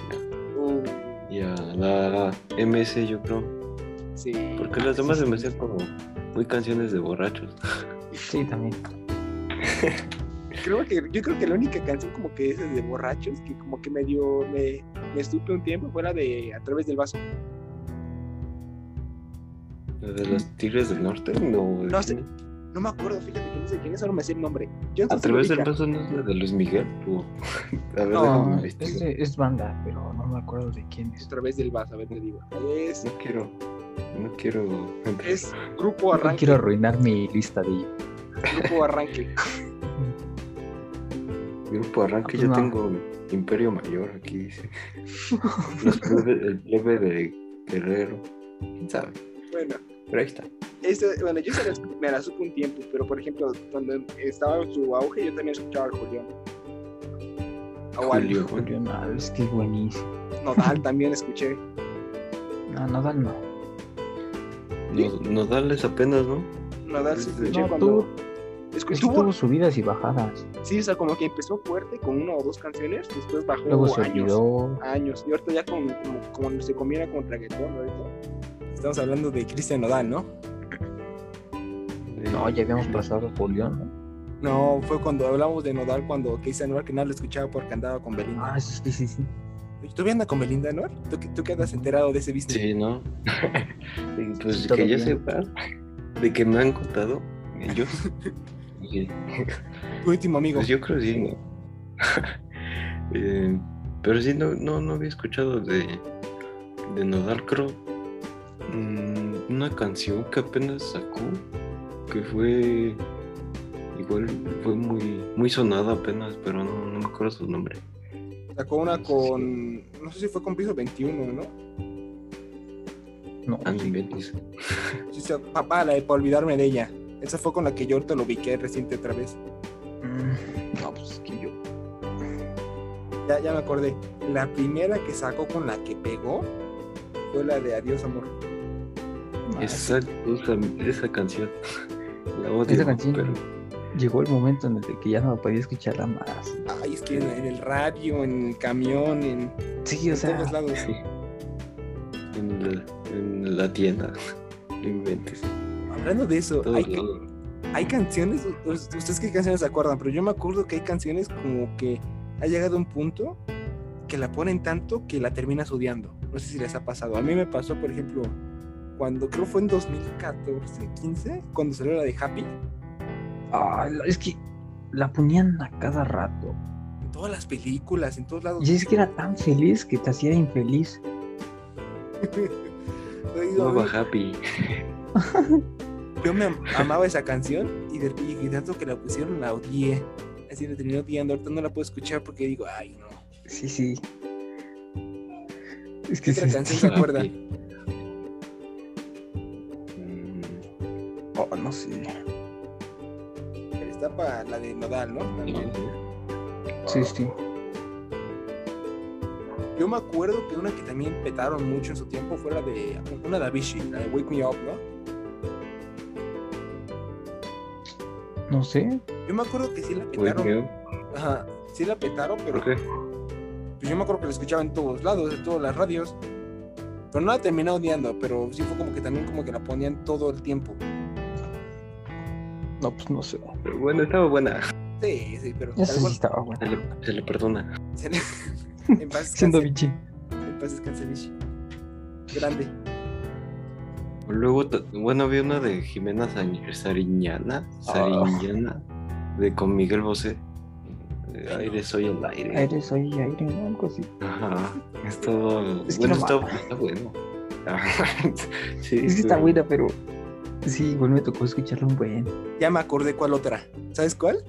A: Uh,
C: y a la MS, yo creo.
A: Ah, sí.
C: Porque las demás se me hacían como muy canciones de borrachos.
B: Sí, también.
A: Creo que, yo creo que la única canción como que es de borrachos, que como que me dio, me, me estupe un tiempo, fue la de A través del vaso.
C: ¿De los Tigres del Norte? No,
A: No sé. No me acuerdo, fíjate que no sé quién es, solo me sé el nombre. John
C: A través del
A: Costa Rica.
C: paso no es la de Luis Miguel. o- A ver, déjame
B: No, es,
C: investigar.
B: de- es banda, pero no me acuerdo de quién
A: A
B: es.
A: través del Bass, a ver, te digo. Es,
C: No quiero. No quiero.
A: es Grupo
B: No
A: Arranque.
B: quiero arruinar mi lista de
A: Grupo Arranque.
C: Grupo Arranque,
B: Ah, pues
C: yo
B: no.
C: tengo Imperio Mayor aquí, dice. Los plebe, el plebe de Guerrero. ¿Quién sabe?
A: Bueno,
C: Pero ahí está.
A: esa- Este, bueno, yo se las- me la supe un tiempo, pero por ejemplo, cuando estaba en su auge, yo también escuchaba al Julián. O al
C: Julio.
B: Julio Nodal, Ah, es que es buenísimo.
A: Nodal también escuché.
B: No, Nodal no.
C: Nos, nos darles apenas, ¿no?
A: Nodal sí
C: No,
A: escuché
B: No,
A: cuando.
B: tuvo,
A: escu-
B: es que
A: tuvo-
B: tuvo subidas y bajadas.
A: Sí, o sea, como que empezó fuerte con una o dos canciones, después bajó
B: Luego se
A: años.
B: olvidó.
A: años. Y ahorita ya como, como, como se combina con reggaetón ahorita. Estamos hablando de Cristian Nodal, ¿no?
B: No, ya habíamos pasado Julio, ¿no?
A: No, fue cuando hablamos de Nodal, cuando Cristian Nodal, que nada lo escuchaba porque andaba con Belinda.
B: Ah, sí, sí, sí.
A: ¿Tú andas con Belinda, Nor? ¿Tú, qué- tú qué andas enterado de ese business?
C: Eh, Sí, ¿no? Y pues
B: Todo
C: que yo
B: bien.
C: sepa, de que me han contado ellos. Y,
A: Tu último amigo.
C: Pues yo creo que sí, ¿no? Eh, pero sí, no, no, no había escuchado de, de Nodal, creo. mm, una canción que apenas sacó, que fue. Igual fue muy, muy sonada apenas, pero no, no me acuerdo su nombre.
A: Sacó una con. No sé si fue con piso 21, ¿no?
B: No,
C: Ah, no inventes.
A: Sí, sí, papá, la de para olvidarme de ella. Esa fue con la que yo ahorita lo ubiqué reciente otra vez.
B: mm, no, pues es que yo.
A: Ya, ya me acordé. La primera que sacó con la que pegó fue la de Adiós, amor.
B: Ah,
C: Exacto, esa, esa canción. La odio,
B: Esa canción.
C: pero
B: Llegó el momento en el que ya no podía escucharla más.
A: Ay, es que en, en el radio, en el camión, en,
B: Sí, o
A: en
B: sea,
A: todos lados.
C: en la, en la tienda. No inventes.
A: Hablando de eso,
C: Todo
A: hay,
C: el
A: ca- hay canciones, u- u- ustedes qué canciones se acuerdan, pero yo me acuerdo que hay canciones como que ha llegado un punto que la ponen tanto que la terminas odiando. No sé si les ha pasado. A mí me pasó, por ejemplo, cuando creo fue en 2014, 15, cuando salió la de Happy.
B: ah, la- es que la ponían a cada rato.
A: En todas las películas, en todos lados.
B: Y es que era tan feliz que te hacía infeliz.
A: Ay, no,
C: Nueva Happy.
A: Yo me am- amaba esa canción y, de, y de tanto que la pusieron la odié. Así la terminé odiando. Ahorita no la puedo escuchar porque digo, ay, no.
B: Sí, sí. Es
A: ¿Qué
B: que
A: otra
B: sí,
A: canción se acuerda?
C: Happy. Mm,
B: oh, no sé.
A: Pero Está para la de Nodal, ¿no? También.
B: Sí, sí.
A: Yo me acuerdo que una que también petaron mucho en su tiempo fue la de. Una de Avicii, la de Wake Me Up, ¿no?
B: No sé.
A: Yo me acuerdo que sí la
C: Wake
A: petaron.
C: me up.
A: Ajá, sí la petaron, pero
C: ¿Por qué?
A: pues yo me acuerdo que la escuchaba en todos lados, en todas las radios. Pero no la terminé odiando, pero sí fue como que también como que la ponían todo el tiempo.
B: No, pues no sé.
C: Pero Bueno, estaba buena.
A: Sí, sí, pero.
B: Esa
A: tal
B: sí
A: cual-
B: estaba buena.
C: Se le, se le perdona.
A: se le- en paz
B: Siendo
A: descanse.
B: bichi.
A: En paz descanse, Vichy. Grande.
C: Luego, ta- bueno, había una de Jimena Sa- Sariñana.
B: Ah.
C: Sariñana. De con Miguel Bosé. Eh,
A: Ay,
C: Aire, soy el aire.
B: Aire, soy aire, ¿no? algo así.
C: Ajá. Es todo.
B: Es que
C: bueno,
B: no
C: está,
B: va.
C: está bueno. Ajá. sí,
B: Es que está
C: pero-
B: buena, pero. Sí, igual me tocó escucharla un buen.
A: Ya me acordé cuál otra. ¿Sabes cuál?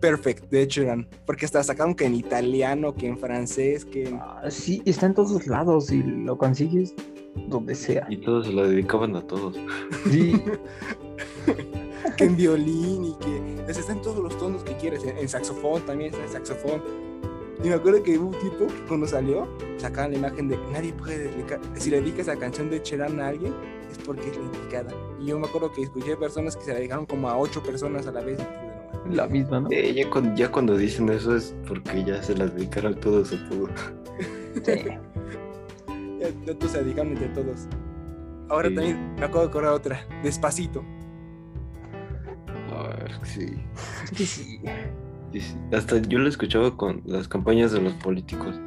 A: Perfect, de hecho eran. Porque hasta sacaron que en italiano, que en francés, que en...
B: Ah, sí, está en todos lados y lo consigues donde sea.
C: Y todos se la dedicaban a todos.
B: Sí,
A: que en violín y que o sea, está en todos los tonos que quieres, en, en saxofón también está en saxofón. Y me acuerdo que hubo un tipo que cuando salió sacaban la imagen de nadie puede dedicar, si le dedicas la canción de Cherán a alguien es porque es la indicada. Y yo me acuerdo que escuché personas que se la dedicaron como a ocho personas a la vez. Y pues, dije, "No mames".
B: la misma, ¿no?
C: Eh, ya, cuando, ya cuando dicen eso es porque ya se las dedicaron todos a todos.
B: Sí.
A: Ya, ya todos se dedicaron entre todos. Ahora
C: Sí.
A: también me acabo de acordar otra, despacito.
C: Ah, sí.
B: Es que sí.
C: Sí, sí. Hasta yo lo escuchaba con las campañas de los políticos.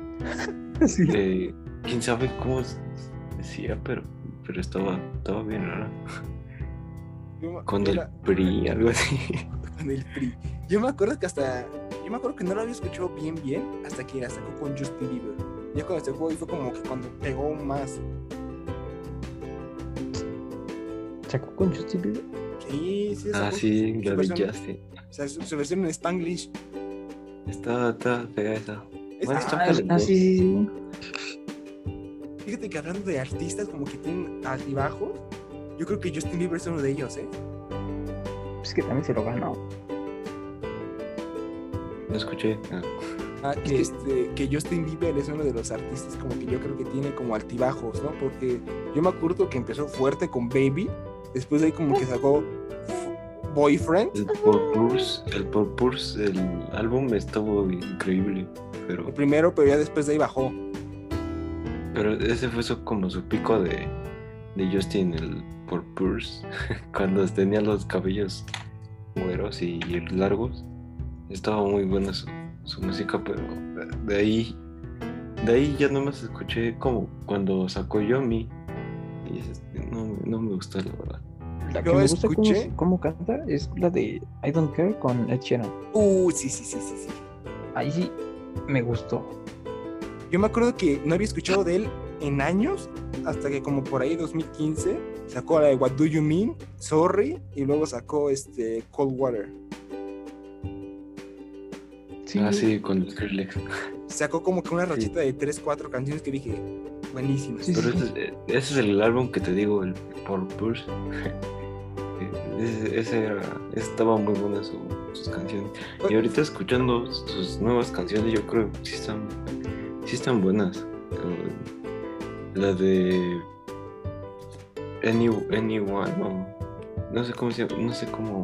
B: Sí.
C: Eh, Quién sabe cómo s- decía, pero pero estaba, estaba bien rara.
A: Yo me-
C: Con
A: yo
C: el
A: la-
C: PRI, algo así.
A: con el PRI. Yo me acuerdo que hasta. Yo me acuerdo que no lo había escuchado bien, bien, hasta que la sacó con Justin Bieber. Ya cuando se fue, y fue como que cuando pegó más.
B: ¿Sacó con Justin Bieber?
A: Sí, sí,
C: Ah,
A: sacó
C: sí,
A: su
C: la
A: versión-
C: billaste.
A: O sea, su, su versión en Spanglish.
C: Está, está fea esa.
A: Es-
C: Bueno,
A: ah,
C: está- ah, sí,
B: sí, sí.
A: fíjate que hablando de artistas como que tienen altibajos, yo creo que Justin Bieber es uno de ellos, ¿eh?
B: Es que también se lo ganó.
C: No escuché. Ah,
A: Ah, que, este, que Justin Bieber es uno de los artistas como que yo creo que tiene como altibajos, ¿no? Porque yo me acuerdo que empezó fuerte con Baby, después de ahí como que sacó F- Boyfriend,
C: El Purpose, el Purpose, el álbum estuvo increíble, pero,
A: el primero, pero ya después de ahí bajó.
C: pero ese fue su- como su pico de, de Justin, el Purpose, cuando tenía los cabellos güeros y largos. Estaba muy buena su, su música, pero de- de ahí, de ahí ya nomás escuché como cuando sacó Yomi. Y es- no, no me gustó, la verdad.
B: La que
A: Yo
B: me gusta cómo-
A: escuché-
B: cómo, canta es la de I Don't Care con Ed Sheeran.
A: Uh, sí, sí, sí, sí, sí.
B: Ahí sí me gustó.
A: Yo me acuerdo que no había escuchado de él en años, hasta que como por ahí 2015 sacó la de What Do You Mean, Sorry, y luego sacó este Cold Water.
B: Sí,
C: Ah, sí, con Skrillex.
A: Sacó como que una rachita de 3, 4 canciones que dije, buenísimas.
B: Sí,
C: Pero
B: sí.
C: ese, es- ese es el álbum que te digo, el Purpose. Ese, ese era- estaba muy buena su- sus canciones. Y ahorita escuchando sus nuevas canciones, yo creo que sí están, sí están buenas. Eh, La de Any, Anyone, no, no sé cómo se llama, no sé cómo,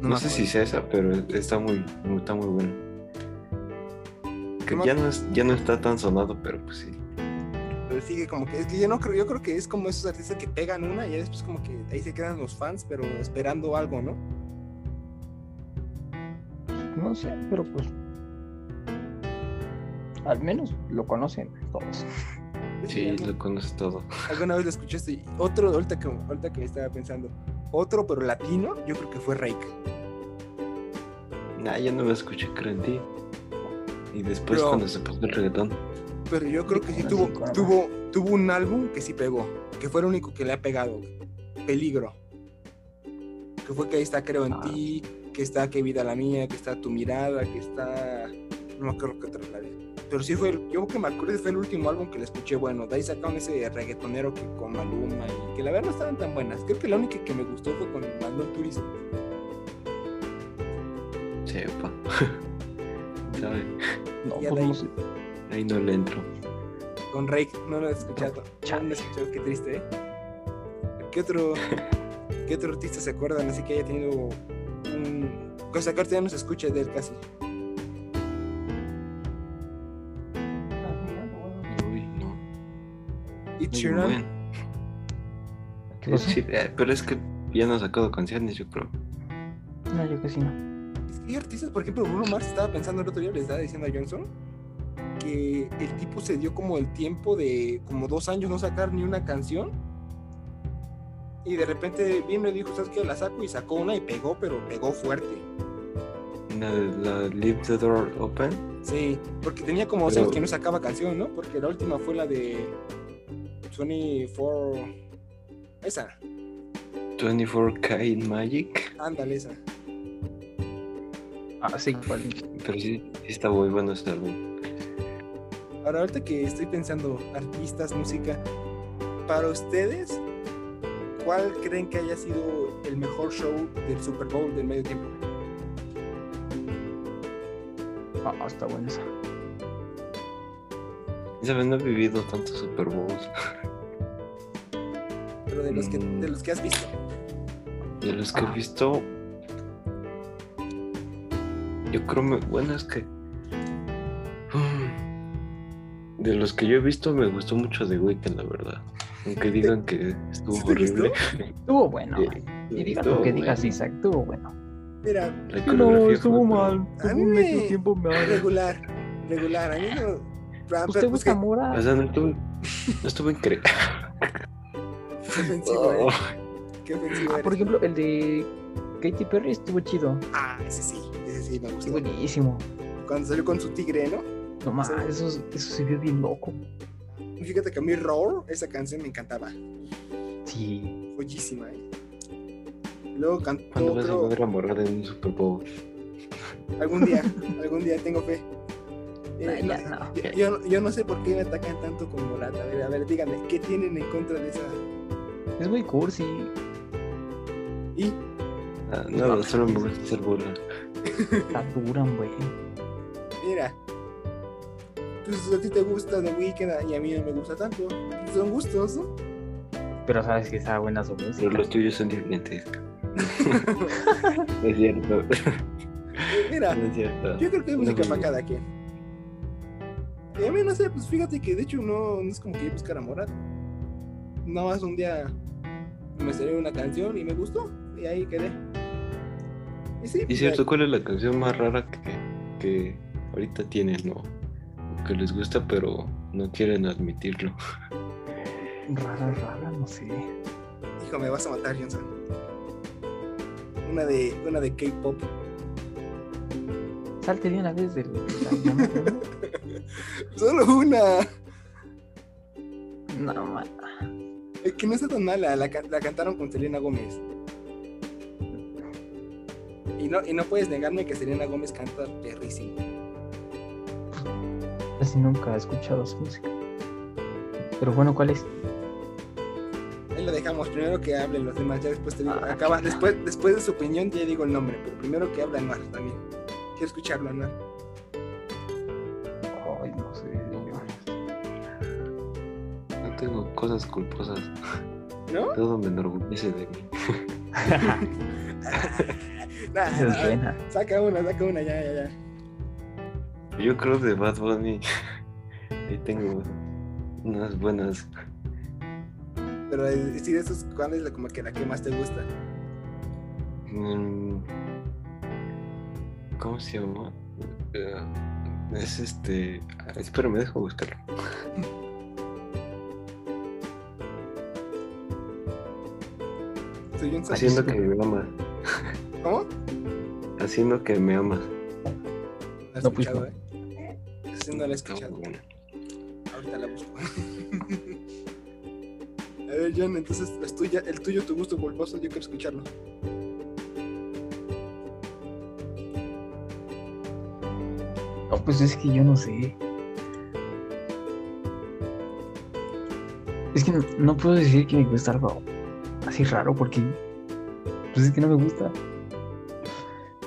C: no,
A: me
C: sé
A: acuerdo.
C: si sea esa, pero está muy, muy- está muy buena. Que
A: No me
C: ya no, es- ya no está tan sonado, pero pues sí.
A: Pero sigue como que es que yo no creo, yo creo que es como esos artistas que pegan una y ya después como que ahí se quedan los fans, pero esperando algo, ¿no?
B: No sé, pero pues. Al menos lo conocen todos.
C: Sí,
A: ¿no?
C: lo conoces todo.
A: Alguna vez lo escuchaste. Y Otro, ahorita que, ahorita que estaba pensando, otro pero latino, yo creo que fue Rake.
C: Nah, yo no me escuché, creo en ti. Y después
A: Bro.
C: cuando se puso el reggaetón.
A: Pero yo creo que sí
B: Así
A: tuvo,
B: como-
A: tuvo, tuvo un álbum que sí pegó, que fue el único que le ha pegado. Peligro. Que fue que ahí está Creo en
B: Ah.
A: ti, que está Qué vida la mía, que está Tu mirada, que está... No me acuerdo qué otra la de. Pero sí fue, el- yo que me acuerdo, fue el último álbum que le escuché bueno. De ahí sacaron ese reggaetonero que con Maluma y que la verdad no estaban tan buenas. Creo que la única que me gustó fue con Manuel Turismo.
C: Sepa. ¿Sabe?
B: No,
A: Ya
B: pues
A: de ahí.
B: no sé.
C: Ahí no le entro.
A: Con Rake, no lo he escuchado. No
B: Chale.
A: lo he escuchado, qué triste, ¿eh? ¿Qué otro, ¿Qué otro artista se acuerdan así que haya tenido un... Cosa que ahorita ya no se escucha de él casi.
C: Uy, no.
A: Ed
C: Muy
A: Sheeran,
C: bueno.
B: ¿Qué pasó?
C: Sí, eh, pero es que ya no ha sacado canciones, yo creo.
B: No, yo casi no.
A: Es que hay artistas, por ejemplo, Bruno Mars estaba pensando el otro día, le estaba diciendo a Johnson que el tipo se dio como el tiempo de como dos años no sacar ni una canción. Y de repente vino y dijo, ¿sabes qué? La saco y sacó una y pegó, pero pegó fuerte.
C: La, la Leave the Door Open.
A: Sí, porque tenía como dos
C: Pero-
A: años que no sacaba canción, ¿no? Porque la última fue la de 24. Esa,
C: 24K in Magic.
A: ándale, esa.
B: Ah, sí, igual.
C: Pero sí, sí está muy bueno este álbum.
A: Ahora, ahorita que estoy pensando, artistas, música, para ustedes, ¿cuál creen que haya sido el mejor show del Super Bowl del medio tiempo?
B: Ah, está buena esa.
C: ¿Sabes? No he vivido tantos Super Bowls.
A: Pero de los que,
C: Mm.
A: de los que has visto.
C: De los que he visto. Yo creo, me- bueno, es que. mm, De los que yo he visto, me gustó mucho The Weeknd, la verdad. Aunque digan que estuvo
A: ¿Sí te
C: horrible.
B: Estuvo bueno.
C: Sí,
B: Y diga
C: estuvo
B: lo que
C: bueno.
B: digas, Isaac. Estuvo bueno.
A: Mira,
C: La coreografía fue-
A: A mí medio me- tiempo
B: mal.
A: regular, regular. A mí no. Ah, pero,
B: ¿Usted
A: pues,
B: busca
A: que-
B: mora?
C: O sea, no estuvo, no estuvo increíble.
A: Qué
C: Oh.
A: ofensivo, ¿eh? Qué ofensivo
B: Ah,
A: eres.
B: por ejemplo, el de Katy Perry estuvo chido.
A: Ah, ese sí, ese sí me
B: Qué
A: gustó.
B: buenísimo.
A: Cuando salió con su tigre, ¿no?
B: No más,
A: Sí.
B: eso, eso se vio bien loco.
A: Fíjate que a mí Roar, esa canción me encantaba.
B: Sí.
A: Joyísima, ¿eh? Luego
C: ¿Cuándo
A: cantó,
C: vas a
A: creo,
C: poder amarrar en un Super Bowl?
A: algún día, algún día tengo fe. Eh,
B: Nah,
A: no-
B: ya no.
A: yo- Yo, no- yo no sé por qué me atacan tanto con Morata. A ver, a ver, díganme, ¿qué tienen en contra de esa?
B: Es muy cursi.
A: Y
C: Ah, no, solo me gusta hacer burla.
B: La duran, güey.
A: mira, pues a ti te gusta The Weeknd y a mí no me gusta tanto. Son gustos, ¿no?
B: Pero sabes que estaba buena su música.
C: Pero los tuyos son diferentes. No es cierto.
A: Eh, mira,
C: No es cierto.
A: Yo creo que hay
C: No
A: música
C: me
A: para
C: gusta.
A: cada quien. Y a mí no sé, pues fíjate que de hecho no, no es como que yo buscara Morat. Nada más un día me salió una canción y me gustó y ahí quedé. Y sí,
C: Y
A: pues,
C: cierto, ¿cuál es la canción más rara que, que ahorita tienen o o que les gusta pero no quieren admitirlo?
B: Rara, rara, no sé.
A: ya. hijo, me vas a matar, Johnson. Una de, una de K-pop.
B: Salte bien a vez del. del-
A: Solo una.
B: no, man.
A: Es que no está tan mala. La, can- la cantaron con Selena Gómez. Y no, y no puedes negarme que Selena Gómez canta perrísimo.
B: Casi nunca he escuchado su música. Pero bueno, ¿cuál es?
A: Ahí lo dejamos, primero que hablen los demás, ya después te digo,
B: Ah,
A: acaba,
B: claro.
A: después, después de su opinión ya digo el nombre, pero primero que habla Anuar también. Quiero escucharlo, Anuar.
B: Ay, no sé.
C: No tengo cosas culposas.
A: ¿No?
C: Todo me enorgullece de mí.
A: Nah,
B: Esa es
A: nah,
B: buena.
A: saca una, saca una, ya, ya, ya.
C: Yo creo de Bad Bunny. Ahí tengo unas buenas.
A: Pero eh, sí, de esos, ¿cuál es la, como que la que más te gusta?
C: mm, ¿Cómo se llama? Eh, Es este. ah, Espera, me dejo buscarlo.
A: ¿Soy Johnson?
B: Así.
C: Haciendo que me amas.
A: ¿Cómo?
C: Haciendo que me amas.
A: No la he
B: No, pues,
A: escuchado,
B: no.
A: ¿eh? Sí, no la he escuchado. Ahorita la busco. A ver, John, entonces es tuya- el tuyo, tu gusto culposo, yo quiero escucharlo.
B: No, pues es que yo no sé. Es que no, no puedo decir que me gusta algo así raro porque pues es que no me gusta.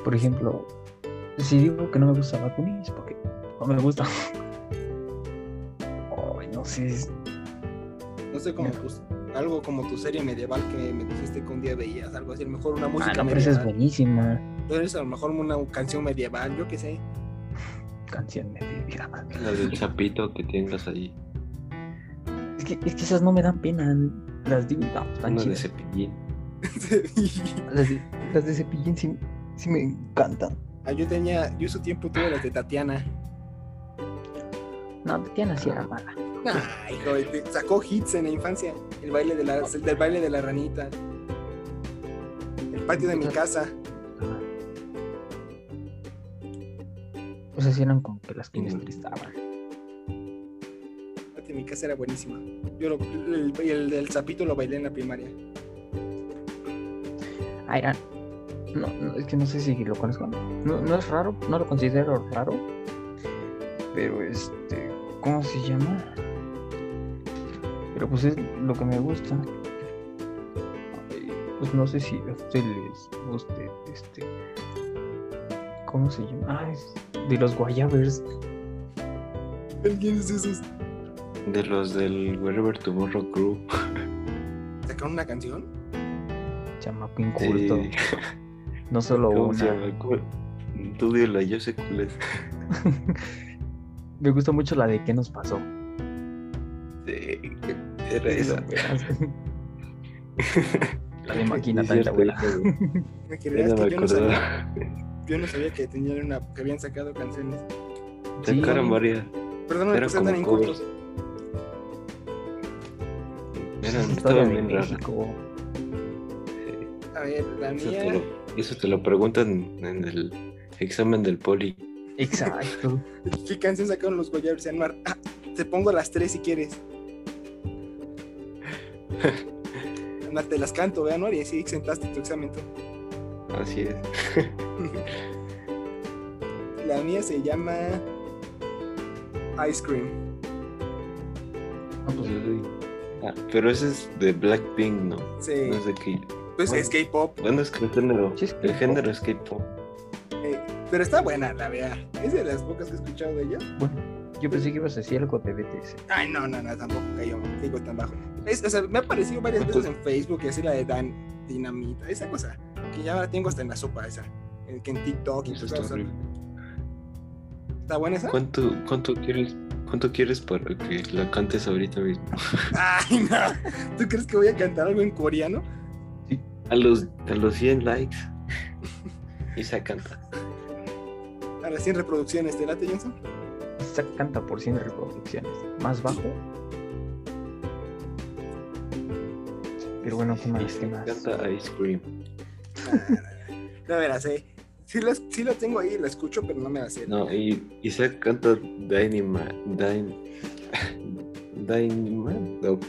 B: Por ejemplo, si digo que no me gusta Bad Bunny es porque no me gusta. Ay, no sé. es-
A: No sé cómo,
B: Mira.
A: pues, algo como tu serie medieval que me dijiste que un día veías, algo así, a lo mejor una música
B: Ah, no, pero esa es
A: medieval.
B: buenísima.
A: Entonces, a lo mejor una canción medieval, yo qué sé.
B: Canción de mi vida.
C: La del chapito que tengas ahí.
B: Es que, es que esas no me dan pena. Las digo, no, están
C: Una de
B: chidas.
C: cepillín.
B: Las de, las de Cepillín sí, sí me encantan.
A: Ah, yo tenía, yo su tiempo tuve las de Tatiana.
B: No, Tatiana sí era mala.
A: Ay, hijo, te- sacó hits en la infancia. El baile de la, el del baile de la ranita. El patio de mi casa.
B: O sea, sí eran como que las que me
C: Ujú.
B: estresaban.
A: El patio de mi casa era buenísima. Yo lo, el, el del sapito lo bailé en la primaria.
B: Ah, eran. No, no, es que no sé si lo conozco. No, no es raro, no lo considero raro. Pero este. ¿Cómo se llama? Pero pues es lo que me gusta. Ay, Pues no sé si a ustedes les guste este. ¿Cómo se llama? Ah, es de los Guayabers.
A: ¿Quién es esos?
C: De los del Wherever Tomorrow Crew.
A: ¿Sacaron una canción?
B: Chamapín
C: Sí.
B: culto. No solo
C: ¿Cómo se
B: una.
C: llama? ¿Cómo? Tú dila, yo sé cuál es.
B: Me gusta mucho la de qué nos pasó.
C: Sí, Era esa.
B: La de máquina
C: Sí,
B: tan
C: cierto,
B: abuela.
C: era
A: Me quería
C: esa. Ya no me
A: que Este, yo no, sabía,
C: acordaba.
A: yo no sabía que tenían una, que habían sacado canciones.
B: Sí.
C: Sacaron varias.
A: Perdóname
C: Era
A: por ser tan
C: como
A: inculto.
C: covers. Eran-
B: es historia
C: estaban
B: de
C: bien raras.
B: México.
A: A ver, la
C: Eso te,
A: mía.
C: lo, eso te lo preguntan en el examen del poli.
B: Exacto.
A: ¿Qué canción sacaron los Goyables en mar? Ah, te pongo las tres si quieres. Anda, te las canto, vean, Anuar, y así exentaste tu examen. tú.
C: Así es.
A: La mía se llama Ice Cream.
B: No, pues,
C: Ah, pero ese es de Blackpink, ¿no?
A: Sí,
C: No es de K.
A: pues es K-pop,
C: Bueno, es que el género.
B: Sí, es
C: El
B: K-pop.
C: género es K-pop.
A: eh, pero está buena, la verdad. Es de las pocas que he escuchado de ellos.
B: bueno, yo pensé que ibas a decir algo de BTS.
A: Ay, no, no, no, tampoco cayó, digo tan bajo. Es- o sea, me ha aparecido varias veces
C: Pues-
A: en Facebook, y así la de Dan Dinamita, esa cosa, que ya la tengo hasta en la sopa esa, en, que en TikTok y
C: Eso está
A: cosas.
C: horrible.
A: ¿Está buena
B: ¿Ah?
A: esa?
C: ¿Cuánto, cuánto, quieres, ¿Cuánto quieres para que la cantes ahorita mismo?
A: Ay, no. ¿Tú crees que voy a cantar algo en coreano?
C: A los, a los 100 likes. Y se canta.
A: A las 100 reproducciones, ¿te este, late, Johnson?
B: Esta canta por 100 reproducciones. Más bajo. Pero bueno, Ah, ¿qué
C: Y
B: más? ¿Qué
C: se
B: más?
C: canta Ice Cream.
A: No me la sé. Sí la, sí la tengo ahí, la escucho, pero no me la sé.
C: No, y Isaac canta Dynamite. Dyn, Dynamite. No.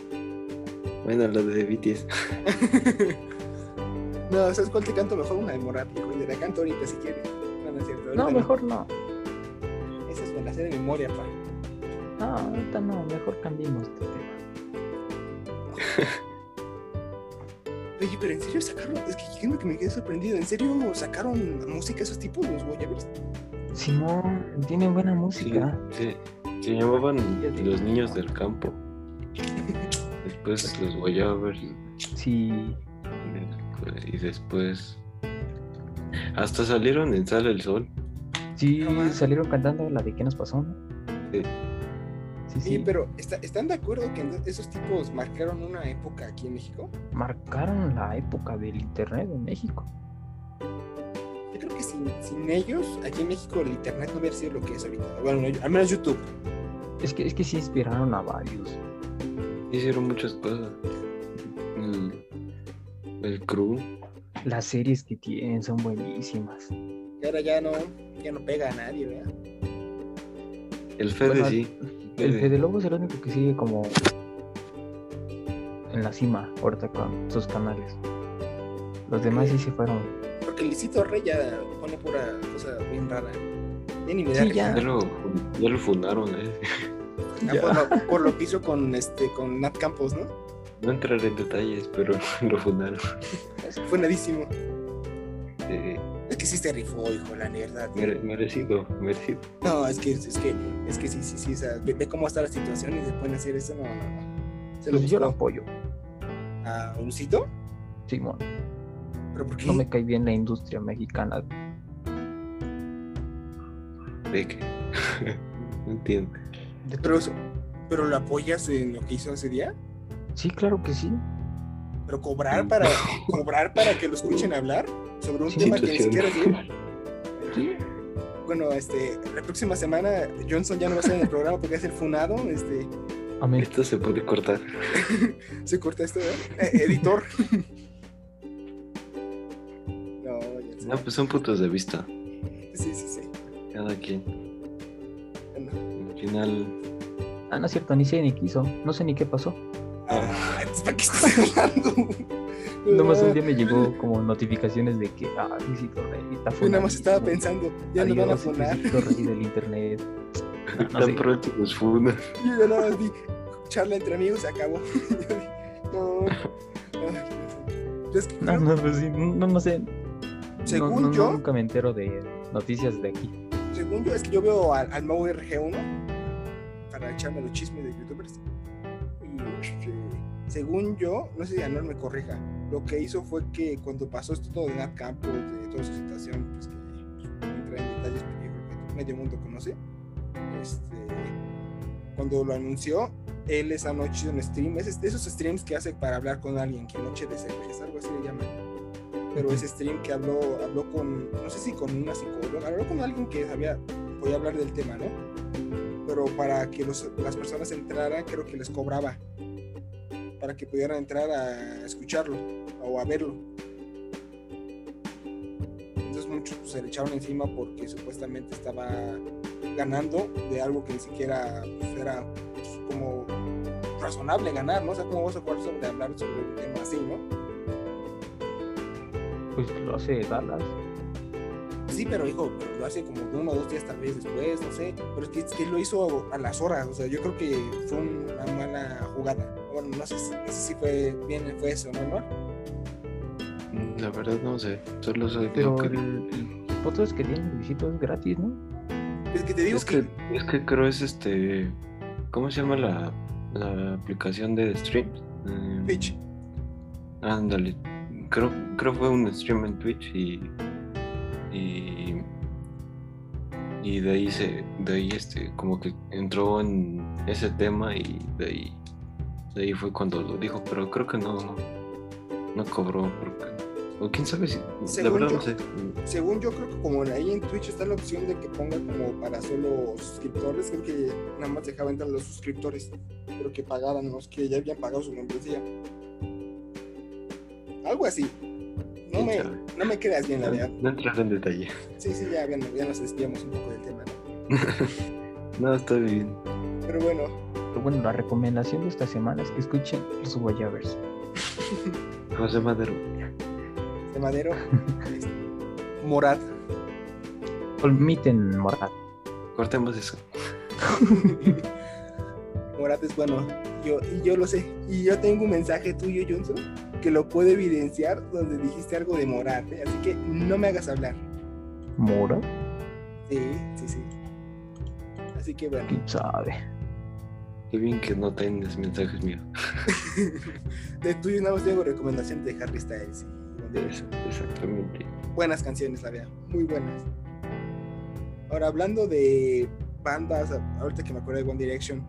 C: Bueno, la de BTS.
A: No, ¿sabes cuál te canto mejor? Una de Morat, hijo, y te la canto ahorita si quieres. No, no es cierto. ahorita
B: No, mejor no.
A: Esa es la sé de memoria, pa.
B: No, ahorita no. Mejor cambiemos de tema.
A: Oye, pero en serio sacaron, es que yo creo que me quedé sorprendido. ¿En serio sacaron música esos tipos, los Goyavers?
B: Simón, tienen buena
C: Sí,
B: música.
C: se, se llamaban los niños del campo. Después los guayabers.
B: Sí.
C: Y después. Hasta salieron en Sale el Sol.
B: Sí,
A: No mames.
B: salieron cantando la de ¿Qué nos pasó? ¿no?
C: Sí.
A: Sí,
B: Sí, sí.
A: pero ¿está- ¿están de acuerdo que entonces esos tipos marcaron una época aquí en México?
B: Marcaron la época del internet en México.
A: Yo creo que sin, sin ellos, aquí en México el internet no hubiera sido lo que es ahorita. Bueno, yo- al menos YouTube.
B: Es que, es que sí inspiraron a varios.
C: Hicieron muchas cosas. El, el crew.
B: Las series que tienen son buenísimas.
A: Y ahora ya no, ya no pega a nadie, ¿verdad?
C: El Fede
B: Bueno,
C: sí.
B: El
C: Fede.
B: Fede Lobo es el único que sigue como en la cima ahorita con sus canales. Los demás sí se fueron.
A: Porque Licito Rey ya pone pura cosa bien rara. Ya ni me da
B: Sí,
A: risa.
C: Ya lo, ya lo fundaron, ¿eh?
A: Ah, Por, lo, por lo que hizo con, este, con Nat Campos, ¿no?
C: No entraré en detalles, pero lo fundaron.
A: Fue nadísimo.
C: Eh,
A: Es que sí se rifó, hijo, la verdad.
C: mere- merecido, merecido.
A: No, es que, es que, es que sí, sí, sí. o sea, ve, ve cómo está la situación y se pueden hacer eso. No, no, no. Se lo
B: Pues yo lo
A: buscó
B: apoyo.
A: a Lucito.
B: Simón,
A: Pero ¿por qué?
B: no me cae bien la industria mexicana.
C: ¿De qué? no entiendo.
A: Pero, eso- pero lo apoyas en lo que hizo ese día.
B: Sí, claro que sí.
A: Pero cobrar para, cobrar para que lo escuchen hablar sobre un
B: Sí,
A: tema que ni
C: situación.
A: siquiera es de él. Bueno, este, la próxima semana Johnson ya no va a estar en el programa porque es el funado. Este,
B: Amén.
C: Esto se puede cortar.
A: se corta esto, ¿eh? Eh, editor. no, ya sé.
C: No, pues son puntos de vista.
A: Sí, sí, sí.
C: Cada quien.
A: Bueno.
C: Al final.
B: Ah, no es cierto, ni sé ni quiso. No sé ni qué pasó.
A: Ah, entonces, ¿para qué estás hablando?
B: Nomás un día me llegó como notificaciones de que, ah, Luisito Rey está
A: Yo nada más
B: funadísimo.
A: estaba pensando, ya nos van a
B: Adiós,
A: funar.
B: Luisito Rey pues, del internet. No, no
C: tan
B: sé.
C: pronto nos funan.
A: Yo ya nada más vi charla entre amigos, se acabó. Yo dije, no. Ay, Dios mío. Es que
B: No,
A: creo-
B: no, pues sí, no, no sé.
A: Según
B: No, no,
A: yo-
B: Nunca me entero de noticias de aquí.
A: Según yo, es que yo veo al, al Mau RG1 para echarme los chismes de youtubers. Y este, según yo, no sé si Anuel me corrija, lo que hizo fue que cuando pasó esto todo de Nat Campos, de toda su situación, pues que no entra en detalles, pero yo creo que medio mundo conoce. Este, cuando lo anunció, él esa noche hizo un stream, es de esos streams que hace para hablar con alguien, que noche de cerveza, algo así le llaman pero ese stream que habló, habló con, no sé si con una psicóloga, habló con alguien que sabía, podía hablar del tema, ¿no? Pero para que los- las personas entraran, creo que les cobraba. para que pudieran entrar a escucharlo o a verlo. Entonces muchos pues, se le echaron encima porque supuestamente estaba ganando de algo que ni siquiera pues, era pues, como razonable ganar, ¿no? O sea, ¿cómo vas a jugar sobre hablar sobre un tema así, no?
B: Pues lo hace Dallas.
A: Pues Sí, pero hijo, pero lo hace como uno o dos días tal vez después, no sé. Pero es que, es que lo hizo a las horas, o sea, yo creo que fue una mala jugada. Bueno, no sé, si- no sé si fue bien, fue eso, ¿no? Omar?
C: La verdad no sé. Solo sé lo
B: Pero
C: que...
B: el, el podcast que tiene Luisito es gratis, ¿no?
A: Es que te digo
C: Es que, es que creo es este. ¿Cómo se llama la, la aplicación de stream? Eh,
A: Twitch.
C: Ándale. Creo, creo fue un stream en Twitch y. Y. Y de ahí se. De ahí este. Como que entró en ese tema y de ahí. De ahí fue cuando lo dijo, pero creo que no. No cobró, porque. O quién sabe si. la
A: Según
C: verdad
A: yo-
C: no sé.
A: según yo creo que como en- ahí en Twitch está la opción de que ponga como para solo suscriptores, creo que nada más dejaba entrar los suscriptores, pero que pagaran los que ya habían pagado su membresía. Algo así. No
C: quién
A: me,
C: sabe.
A: no me creas bien, la verdad.
C: No, no entraré en detalle.
A: Sí, sí, ya, bien, ya nos desviamos un poco del tema. ¿no?
C: No, está bien.
A: Pero bueno,
B: Pero bueno, la recomendación de esta semana es que escuchen los Guayabers.
C: José Madero.
A: de Madero, este, Morat.
B: Olmiten Morat.
C: Cortemos eso.
A: Morat es bueno, yo, y yo lo sé. Y yo tengo un mensaje tuyo, Johnson, que lo puedo evidenciar donde dijiste algo de Morat, ¿eh? así que no me hagas hablar.
B: ¿Morat?
A: Sí, sí, sí. Así que bueno,
B: ¿Quién sabe?
C: Qué bien que no tienes mensajes míos.
A: de tuyo nada más tengo recomendación de Harry Styles. y donde-
C: Eso, exactamente.
A: Buenas canciones, la verdad, muy buenas. Ahora, hablando de bandas, ahorita que me acuerdo de One Direction,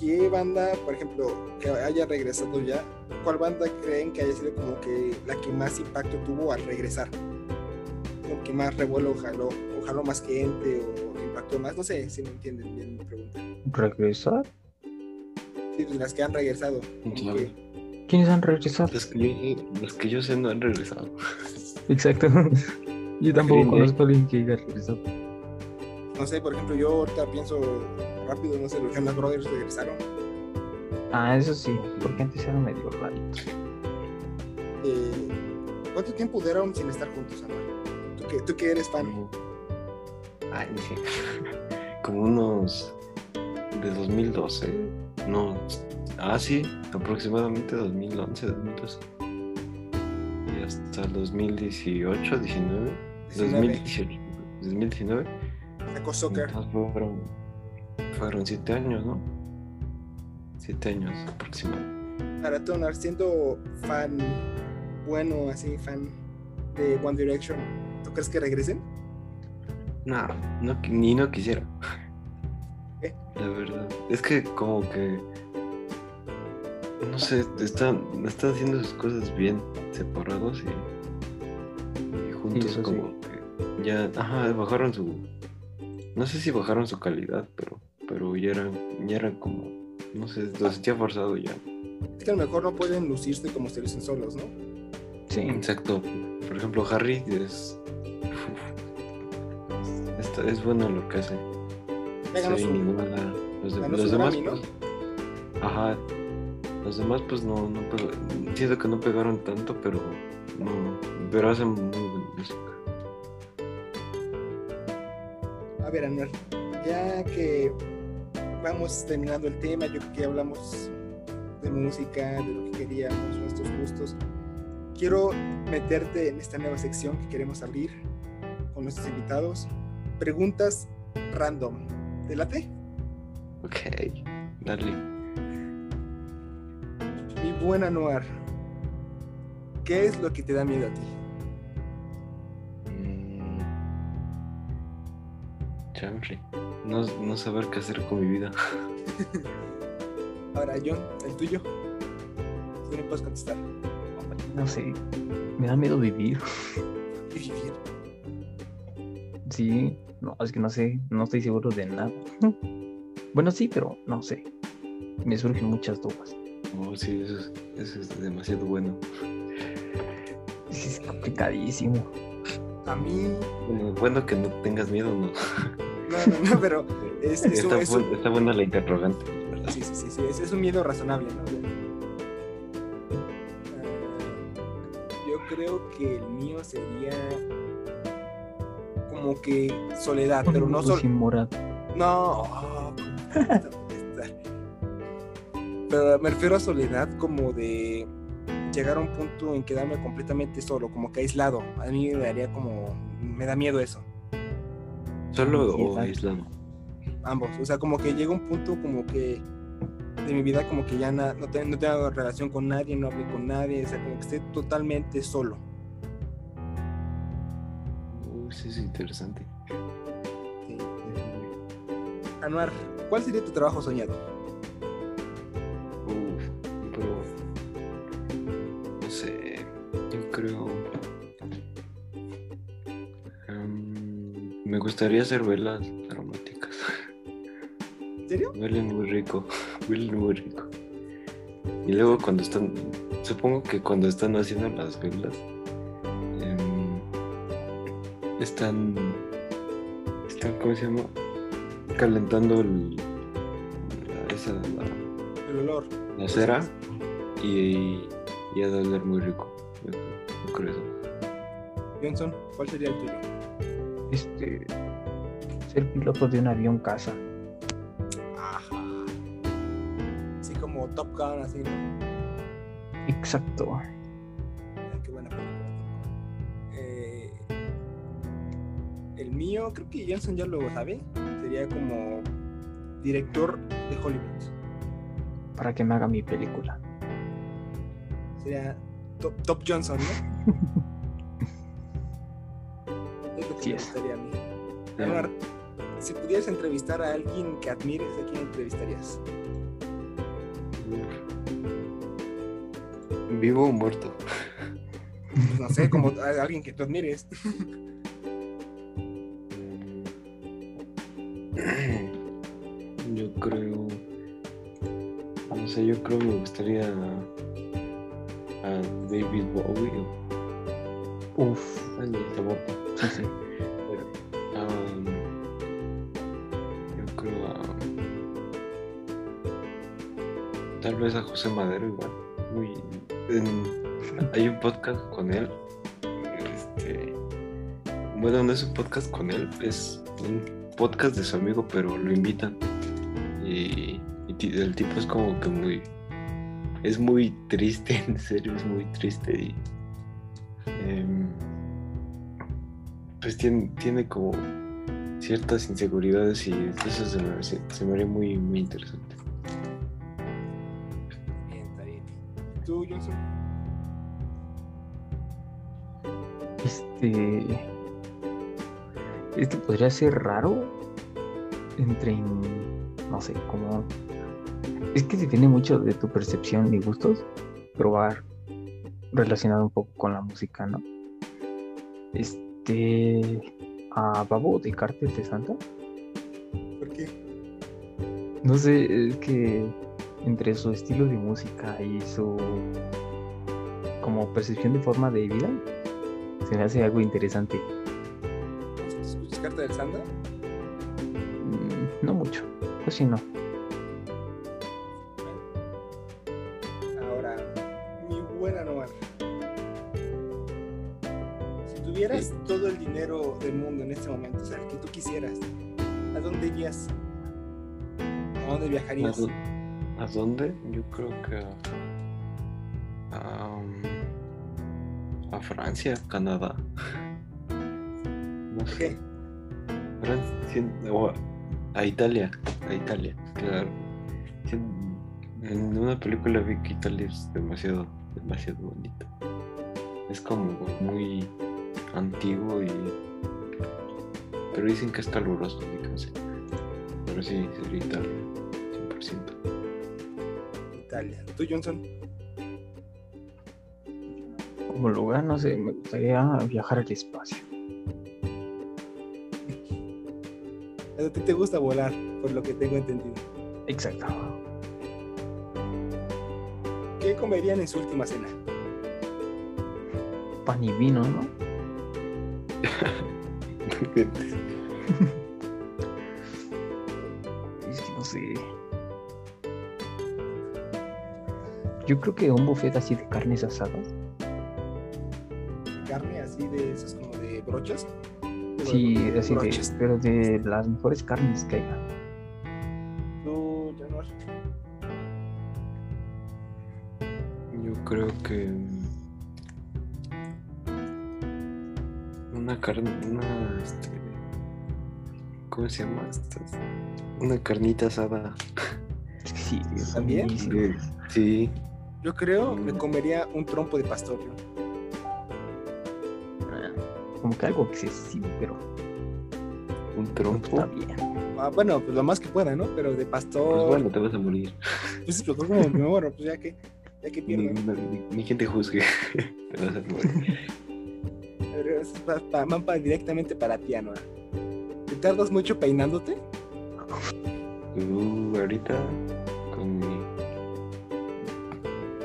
A: ¿qué banda, por ejemplo, que haya regresado ya? ¿Cuál banda creen que haya sido como que la que más impacto tuvo al regresar? ¿O que más revuelo jaló? ¿O jaló más gente? ¿O impactó más? No sé si me entienden bien mi pregunta.
B: ¿Regresar?
A: Sí, pues, las que han regresado. como
C: Ya.
A: que-
B: ¿Quiénes han regresado?
C: Los que, yo, los que yo sé no han regresado.
B: Exacto. Yo tampoco
C: Green Day.
B: conozco a alguien que haya regresado.
A: No sé, por ejemplo, yo ahorita pienso rápido, no sé, los Jonas Brothers regresaron.
B: Ah, eso sí, porque antes eran medio raritos.
A: Eh, ¿Cuánto tiempo duraron sin estar juntos, Amar? ¿Tú que, tú que eres fan?
C: Como, ay, no Ah, sé. Como unos de 2012. No. Ah, sí. Aproximadamente 2011, 2012. Y hasta 2018, 19.
A: 19.
C: 2018. 2019.
A: Sacó Soccer.
C: Entonces Ah, fueron, fueron siete años, ¿no? Siete años aproximadamente.
A: Para Tonar, siendo fan bueno, así, fan de One Direction, ¿tú crees que regresen?
C: No, no qui- ni no quisiera.
A: ¿Eh?
C: La verdad. Es que como que... No sé, están, están haciendo sus cosas bien separados y, y juntos
B: eso sí.
C: como que ya... Ajá, bajaron su... No sé si bajaron su calidad, pero, pero ya, eran, ya eran como... No sé, lo sentía forzado ya.
A: Es que a lo mejor no pueden lucirse como se lucen solos, ¿no?
B: Sí,
C: Exacto. Por ejemplo, Harry es. Está- es bueno lo que hace.
A: Ya ganó
C: Sí,
A: su-
C: ninguna- Los, de-
A: ganó
C: los
A: su
C: demás.
A: Grammy, ¿no?
C: pues, ajá. Los demás, pues no. no pega- siento que no pegaron tanto, pero. No, pero hacen muy buena música.
A: A ver, Anuel, ya que vamos terminando el tema, yo creo que ya hablamos de música, de lo que queríamos, nuestros gustos. Quiero meterte en esta nueva sección que queremos abrir con nuestros invitados. Preguntas random. ¿Te late?
C: Ok. Dale.
A: Mi buen Anuar, ¿qué es lo que te da miedo a ti?
C: Mm. Chanfle. No, no saber qué hacer con mi vida.
A: Ahora, John, el tuyo. Tú me puedes contestar.
B: no sé. Me da miedo vivir.
A: Vivir.
B: Sí, no, es que no sé, no estoy seguro de nada. Bueno, sí, pero no sé. Me surgen muchas dudas.
C: Oh, sí, eso es, eso es demasiado bueno.
B: Sí, Es complicadísimo.
A: A mí,
C: Bueno, bueno que no tengas miedo, ¿no?
A: no, no, no, pero es, es un-
C: Está,
A: es
C: bu-
A: un-
C: está buena la interrogante, ¿verdad?
A: sí, sí, sí, sí, es, es un miedo razonable, ¿no? Ah, Yo creo que el mío sería como que soledad, Ah, pero no
B: Lucy
A: sol,
B: Pues Mora.
A: No. ¿cómo te gusta molestar? Pero me refiero a soledad como de llegar a un punto en quedarme completamente solo, como que aislado. A mí me daría como... Me da miedo eso,
C: Solo
B: Sí,
C: o
B: exacto.
C: aislado.
A: ambos. O sea, como que llega un punto como que de mi vida como que ya na- no, te- no tengo relación con nadie, no hablé con nadie, o sea, como que esté totalmente solo.
C: Uy, oh, sí, es interesante.
A: Sí. Anuar, ¿cuál sería tu trabajo soñado?
C: Uf, pero no sé, yo creo. Em, me gustaría hacer velas aromáticas.
A: ¿En serio?
C: Huelen muy rico, huelen muy rico. Y luego cuando están, supongo que cuando están haciendo las velas, em, están, están, ¿cómo se llama? Calentando el, la- esa, la,
A: El olor.
C: la cera y, y ha de oler muy rico. Yo yo creo eso.
A: Johnson, ¿cuál sería el tuyo?
B: Este. Ser piloto de un avión casa.
A: Ajá. Así como Top Gun, así, ¿no?
B: Exacto.
A: Mira, Qué buena película. Top Gun. Eh, el mío, creo que Johnson ya lo sabe, sería como director de Hollywood.
B: Para que me haga mi película.
A: Sería Top, Top Johnson, ¿no? es lo que
B: Sí
A: me
B: es.
A: gustaría a mí. Leonard, si pudieras entrevistar a alguien que admires, ¿a quién entrevistarías?
C: Uf. ¿Vivo o muerto?
A: Pues no sé, como a- alguien que tú admires.
C: Yo creo. No sé, yo creo que me gustaría a David Bowie. o-
B: Uf.
C: Ah, no, está guapo.
B: Sí, sí.
C: Um, yo creo a. Tal vez a José Madero igual. Muy, en- hay un podcast con él. Este, bueno, no es un podcast con él, es un podcast de su amigo, pero lo invitan. Y, y ti- el tipo es como que muy. Es muy triste, en serio, es muy triste. Y, em, pues tiene, tiene como ciertas inseguridades y entonces se me, se, se me haría muy, muy interesante.
A: Bien, está bien. ¿Tú, Johnson?
B: Este. Este podría ser raro. Entre. in- No sé, como. Es que depende mucho de tu percepción y gustos. Probar. Relacionado un poco con la música, ¿no? Este. A Babo de Cártel de Santa.
A: ¿Por qué?
B: No sé, es que entre su estilo de música y su como percepción de forma de vida, se me hace algo interesante.
A: ¿Escuchas Carta del Sanda?
B: Mm, No mucho, pues sí, no.
A: Ahora, mi buena Noar. Si tuvieras todo el dinero del mundo en este momento, o sea, el que tú quisieras, ¿a dónde irías? ¿A dónde
C: ¿A,
A: viajarías?
C: dó- a dónde? Yo creo que a, a, um, a Francia, Canadá. No
A: ¿Por qué?
C: sé, Francia o a, a Italia, a Italia, claro. Sien- En una película vi que Italia es demasiado, demasiado bonito. Es como muy antiguo y... Pero dicen que es caluroso, así que no sé. Pero sí, sería Italia, 100%.
A: Italia. ¿Tú, Johnson?
B: Como lugar, no sé, me gustaría viajar al espacio.
A: ¿A ti te gusta volar? Por lo que tengo entendido.
B: Exacto.
A: ¿Qué comerían en su última cena?
B: Pan y vino, ¿no? Es que no sé. Yo creo que un buffet así de carnes asadas.
A: Carne así de esos como de brochas.
B: Sí, así de.
A: brochas.
B: Pero de las mejores carnes que hay.
A: Tú, Januar.
C: Yo creo que. mm, Una carne. Una. Este, ¿Cómo se llama? Estas- Una carnita asada.
B: Es que sí, es
A: ¿También?
B: buenísimo.
C: Sí.
A: Yo creo me comería un trompo de pastorio.
B: Ah, Como que algo excesivo, pero
C: Un
B: está
C: trompo.
B: bien.
A: Ah, bueno, pues lo más que pueda, ¿no? Pero de pastor.
C: Pues bueno, te vas a morir.
A: Pues explotó como me muero, pues ya que, ya que
C: Ni,
A: pierdo.
B: Mm.
A: ¿no?
C: ni- ni quien te juzgue. te vas a morir.
A: Pero es pa- pa- van pa- directamente para ti, Anuar. ¿Te tardas mucho peinándote?
C: Uh, ahorita. Con mi.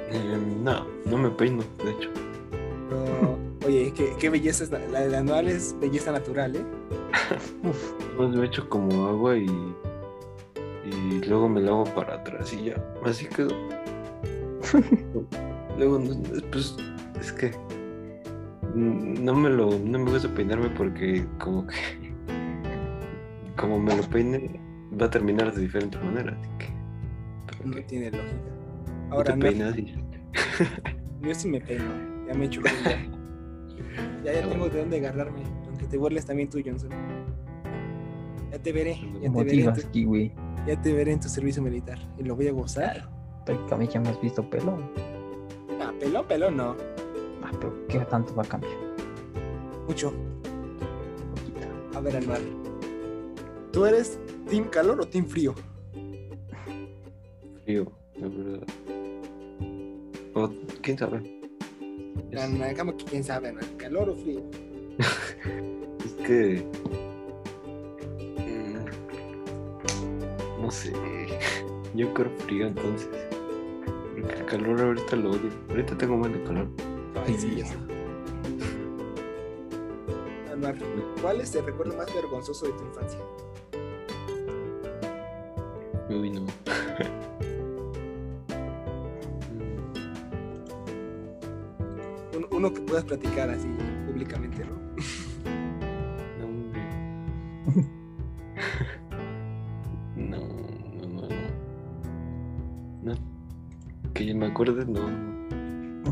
C: Em, no, no me peino, de hecho.
A: No. Oye, qué, qué belleza es la, la de Anuar es belleza natural, ¿eh?
B: Uf,
C: Pues me echo como agua y. Y luego me lo hago para atrás y ya. Así quedó. luego, no- pues. Es que. mm, No me lo. No me gusta peinarme porque, como que. Como me lo peine, va a terminar de diferente manera. Así que. ¿para
A: No
C: qué?
A: tiene lógica.
C: No
A: Ahora,
C: te
A: Anuar,
C: peinas y-
A: yo sí me peino. eh, Ya me he hecho ruido. Ya, ya tengo de dónde agarrarme. Aunque te burles también tú, Johnson. Ya te veré. Ya te veré, en
B: motivas,
A: tu,
B: kiwi.
A: ya te veré en tu servicio militar. Y lo voy a gozar.
B: Pero también ya me has visto pelo.
A: Ah, pelón, pelón, no.
B: Ah, pero ¿qué tanto va a cambiar?
A: Mucho.
B: Poquito.
A: A ver, Anuar. ¿Tú eres team calor o team frío?
C: Frío, la verdad. O, quién sabe. Es-
A: No, no, déjame que quién sabe, ¿no? ¿Calor o frío?
C: Es que. mm, No sé. Yo creo frío entonces. Porque el calor ahorita lo odio. Ahorita tengo mal de calor.
A: Ay, sí,
B: Sí.
A: ya sé. Anuar, ¿cuál es el recuerdo más vergonzoso de tu infancia?
C: Uy, no.
A: Un- uno que puedas platicar así públicamente, ¿no?
C: No, hombre. No, no, no, no. No. Que me acuerde, no.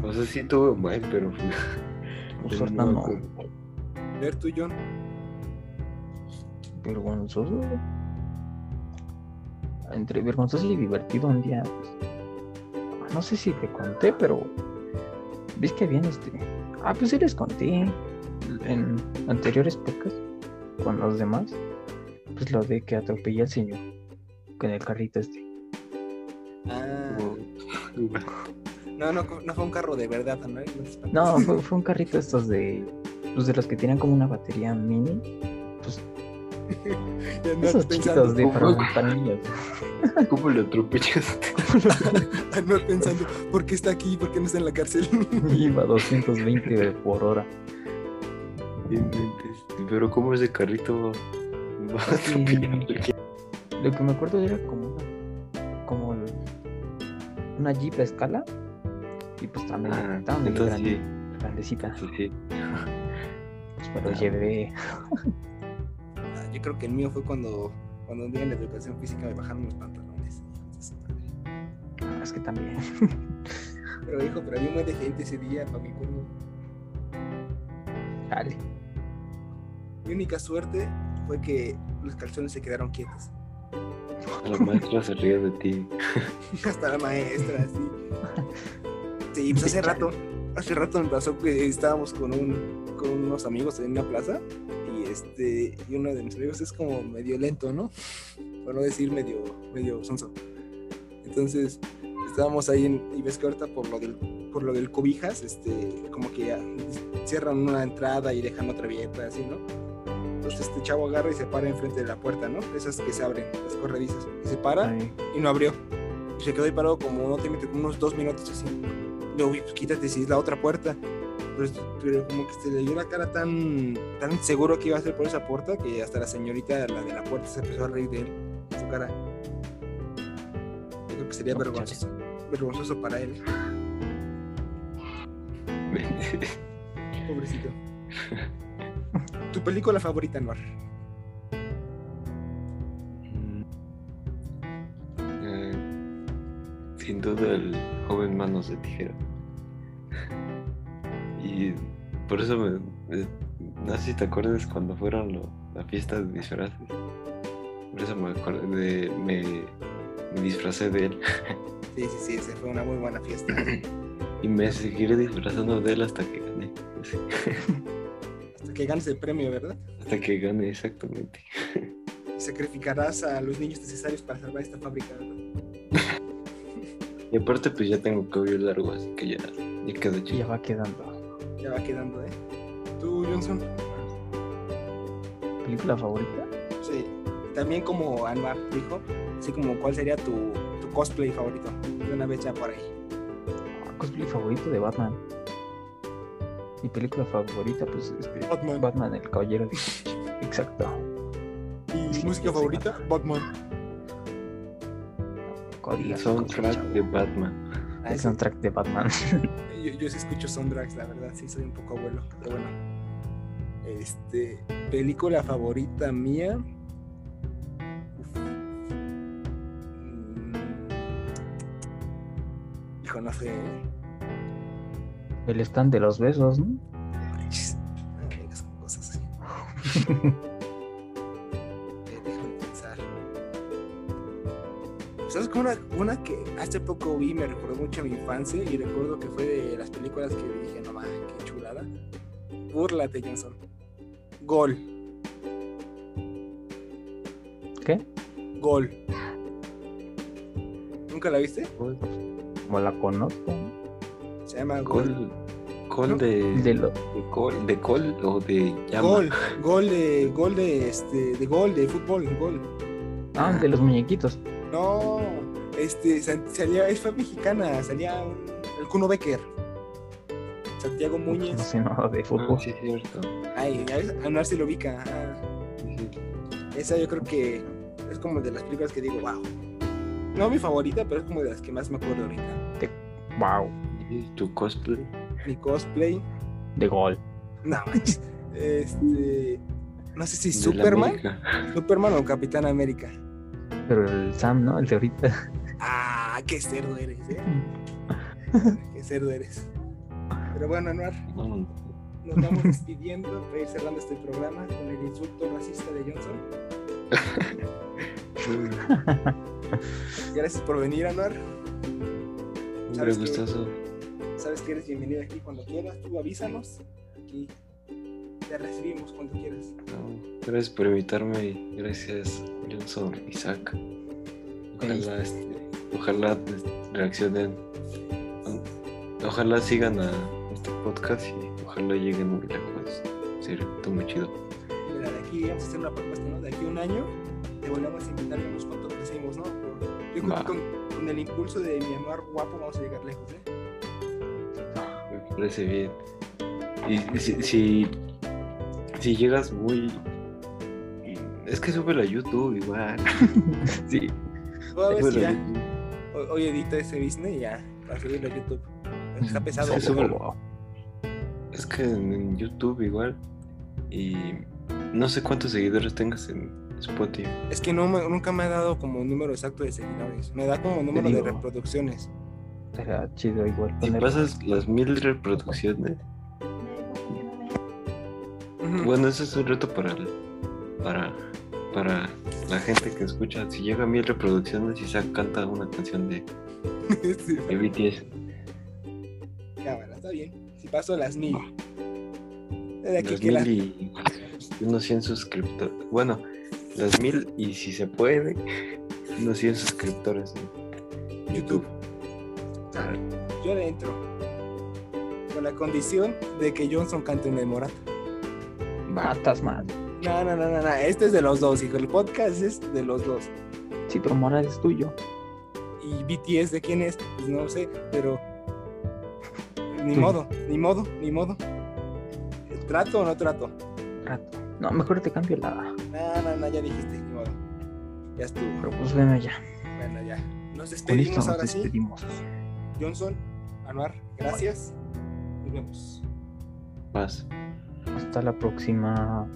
C: O sea, sí tuve mal, pero.
B: Pues
C: pero
B: ahorita
C: me
B: no.
C: acuerdo.
A: Ver tú, John.
B: vergonzoso. Entre vergonzoso y divertido un día. pues, no sé si te conté, pero ves que bien este. Ah, pues sí les conté en anteriores podcasts con los demás. Pues lo de que atropellé al señor con el carrito este.
A: Ah,
C: Wow.
A: no, no, no fue un carro de verdad, Anuar. No, te espantes.
B: No, fue, fue un carrito estos de. Pues de los que tienen como una batería mini.
A: Y Anuar
B: Esos
A: pensando,
B: chiquitos de para,
C: ¿cómo?
B: para niños.
C: ¿Cómo lo atropellaste?
A: Anuar pensando, ¿por qué está aquí? ¿Por qué no está en la cárcel?
B: Iba a 220 por hora.
C: Inventes. este, Pero ¿cómo ese carrito va a
B: Sí.
C: atropellar a alguien?
B: Lo que me acuerdo era como una, como el- una Jeep a escala. Y pues también
C: Ah,
B: estaba medio
C: entonces
B: grande-
C: sí,
B: grandecita.
C: entonces sí.
B: Pues me lo
C: Ah.
B: llevé.
A: Ah, Yo creo que el mío fue cuando, cuando un día en la educación física me bajaron los pantalones. Entonces,
B: Ah, Es que también.
A: Pero hijo, pero había un buen de gente ese día, para mi cuerno.
B: Dale.
A: Mi única suerte fue que los calzones se quedaron quietos.
C: La maestra se ríe de ti.
A: Hasta la maestra, así. Sí, pues hace rato, hace rato me pasó que estábamos con, un, con unos amigos en una plaza y este y uno de mis amigos es como medio lento, ¿no? Por no decir medio, medio sonso. Entonces estábamos ahí en, y ves que ahorita por lo del, por lo del cobijas, este, como que ya cierran una entrada y dejan otra abierta, así, ¿no? Entonces este chavo agarra
C: Ah,
A: y se para enfrente de la puerta, ¿no? Esas que se abren, las corredizas. Y se para
B: Ay,
A: y no abrió. se quedó ahí parado como no te mete como unos dos minutos así. Luego, uy, pues quítate si es la otra puerta. Pero, pero como que se le dio la cara tan, tan seguro que iba a ser por esa puerta que hasta la señorita, la de la puerta, se empezó a reír de él, de su cara. Yo creo que sería
B: No,
A: vergonzoso, vergonzoso para él, pobrecito. ¿Tu película favorita, Noir?
C: Eh, sin duda el joven manos de tijera. Y por eso me, eh, no sé si te acuerdas cuando fueron lo- la fiesta de disfraces. Por eso me acuerdo de me, me disfracé de él.
A: Sí, sí, sí, se fue una muy buena fiesta.
C: Y me seguiré disfrazando de él hasta que gane.
A: Hasta que ganes el premio, ¿verdad?
C: Hasta que gane exactamente.
A: Y sacrificarás a los niños necesarios para salvar esta fábrica, ¿verdad?
C: Y aparte pues ya tengo cabello largo, así que ya, ya quedó
B: Y ya
C: chido.
B: va quedando.
A: Ya va quedando, ¿eh? ¿Tú, Johnson?
B: ¿Película favorita?
A: Sí. También como Anwar dijo, así como cuál sería tu, tu cosplay favorito. De una vez ya por ahí.
B: Cosplay favorito de Batman. Mi película favorita, pues, este,
A: Batman.
B: Batman, el caballero de Exacto.
A: ¿Y música favorita? Batman.
B: Código.
C: El soundtrack de Batman.
A: Ah,
B: El
A: eso-
B: soundtrack de Batman.
A: yo, yo sí escucho soundtracks, la verdad, sí soy un poco abuelo, pero bueno. Este, película favorita mía. Uf. Mm. Hijo, no sé. ¿eh?
B: El stand de los besos, ¿no?
A: Chis, no me vengas con cosas así. Eh, déjame pensar. ¿Sabes como una, una que hace poco vi me recordó mucho a mi infancia y recuerdo que fue de las películas que dije, no más, qué chulada? Búrlate, Johnson. Gol,
B: ¿Qué?
A: gol. ¿Nunca la viste?
B: Como la conozco.
A: Se llama Gol.
C: Col, col de,
B: De lo-
C: de col, de col o de llama.
A: Gol, gol de, gol de, este, de gol, de fútbol, gol.
B: Ah, de los muñequitos.
A: No, este, san- salía, es fue mexicana, salía un- el Cuno Becker, Santiago
B: No
A: Muñez.
B: sé nada de
C: Ah,
B: fútbol.
C: sí, es cierto.
A: Ay, a veces Anuar se lo ubica. ah.
C: Sí.
A: esa yo creo que es como de las películas que digo, wow. No mi favorita, pero es como de las que más me acuerdo ahorita.
B: Wow.
C: ¿Y tu cosplay?
A: Mi cosplay,
B: De gol.
A: no manches. Este, no sé si
C: de la
A: Superman,
C: América.
A: Superman o Capitán América.
B: Pero el Sam, ¿no? El de ahorita.
A: Ah, qué cerdo eres, eh. Qué cerdo eres. Pero bueno, Anuar.
C: No,
A: nos vamos despidiendo para ir cerrando este programa con el insulto racista de Johnson.
C: Mm,
A: Gracias por venir, Anuar.
C: Hombre
A: ¿Sabes qué?
C: gustoso.
A: Sabes que eres bienvenido aquí cuando quieras. Tú avísanos. Aquí te recibimos cuando quieras.
C: No, gracias por invitarme y gracias, Johnson, Isaac. Ojalá, este, ojalá este, reaccionen. Ojalá sigan a este podcast y ojalá lleguen muy lejos. Sería todo muy chido.
A: Mira, de aquí vamos a hacer una propuesta, ¿no? De aquí a un año te volvemos a invitar y vemos cuánto crecimos, ¿no? Por- Yo creo
C: Va.
A: que con, con el impulso de mi Anuar guapo vamos a llegar lejos, ¿eh?
C: Me parece bien. Y si, si, si llegas muy. Es que sube la YouTube igual.
B: sí.
A: Voy a ver si
C: Súbelo a
A: ya
C: YouTube.
A: hoy- hoy edito ese Disney y ya para subirlo a YouTube. Está pesado.
C: Sí,
B: Sí,
C: súbelo.
B: wow.
C: Es que en, en YouTube igual. Y no sé cuántos seguidores tengas en Spotify.
A: Es que no me- nunca me ha dado como un número exacto de seguidores. Me da como un número de
B: digo.
A: reproducciones.
B: Será chido igual
C: Si
B: poner-
C: pasas las mil reproducciones.
A: Ujú.
C: Bueno, ese es un reto para, el- para, para la gente que escucha. Si llega a mil reproducciones y se canta una canción de,
A: Sí,
C: de BTS.
A: cámara, está bien. Si paso las mil. De aquí
C: Las
A: que la-
C: mil y y unos 100 suscriptores. Bueno, las mil y si se puede, unos 100 suscriptores en
A: YouTube.
C: YouTube.
A: yo le entro. Con la condición de que Johnson cante en el Morata.
C: Va.
B: Matas más.
A: No, no, no, no, no. Este es de los dos, hijo. El podcast es de los dos.
B: Sí, pero moral es tuyo.
A: ¿Y BTS de quién es? Pues no sé, pero ni modo, ni modo, ni modo. ¿Trato o no trato?
B: Rato. No, mejor te cambio la.
A: No, no, no, ya dijiste, ni modo. Ya estuvo.
B: Pero pues bueno, ya.
A: Bueno, ya. Nos
B: Con esto
A: despedimos
B: nos
A: ahora sí.
B: despedimos.
A: Johnson, Anuar, gracias. Nos vemos.
C: Paz.
B: Hasta la próxima.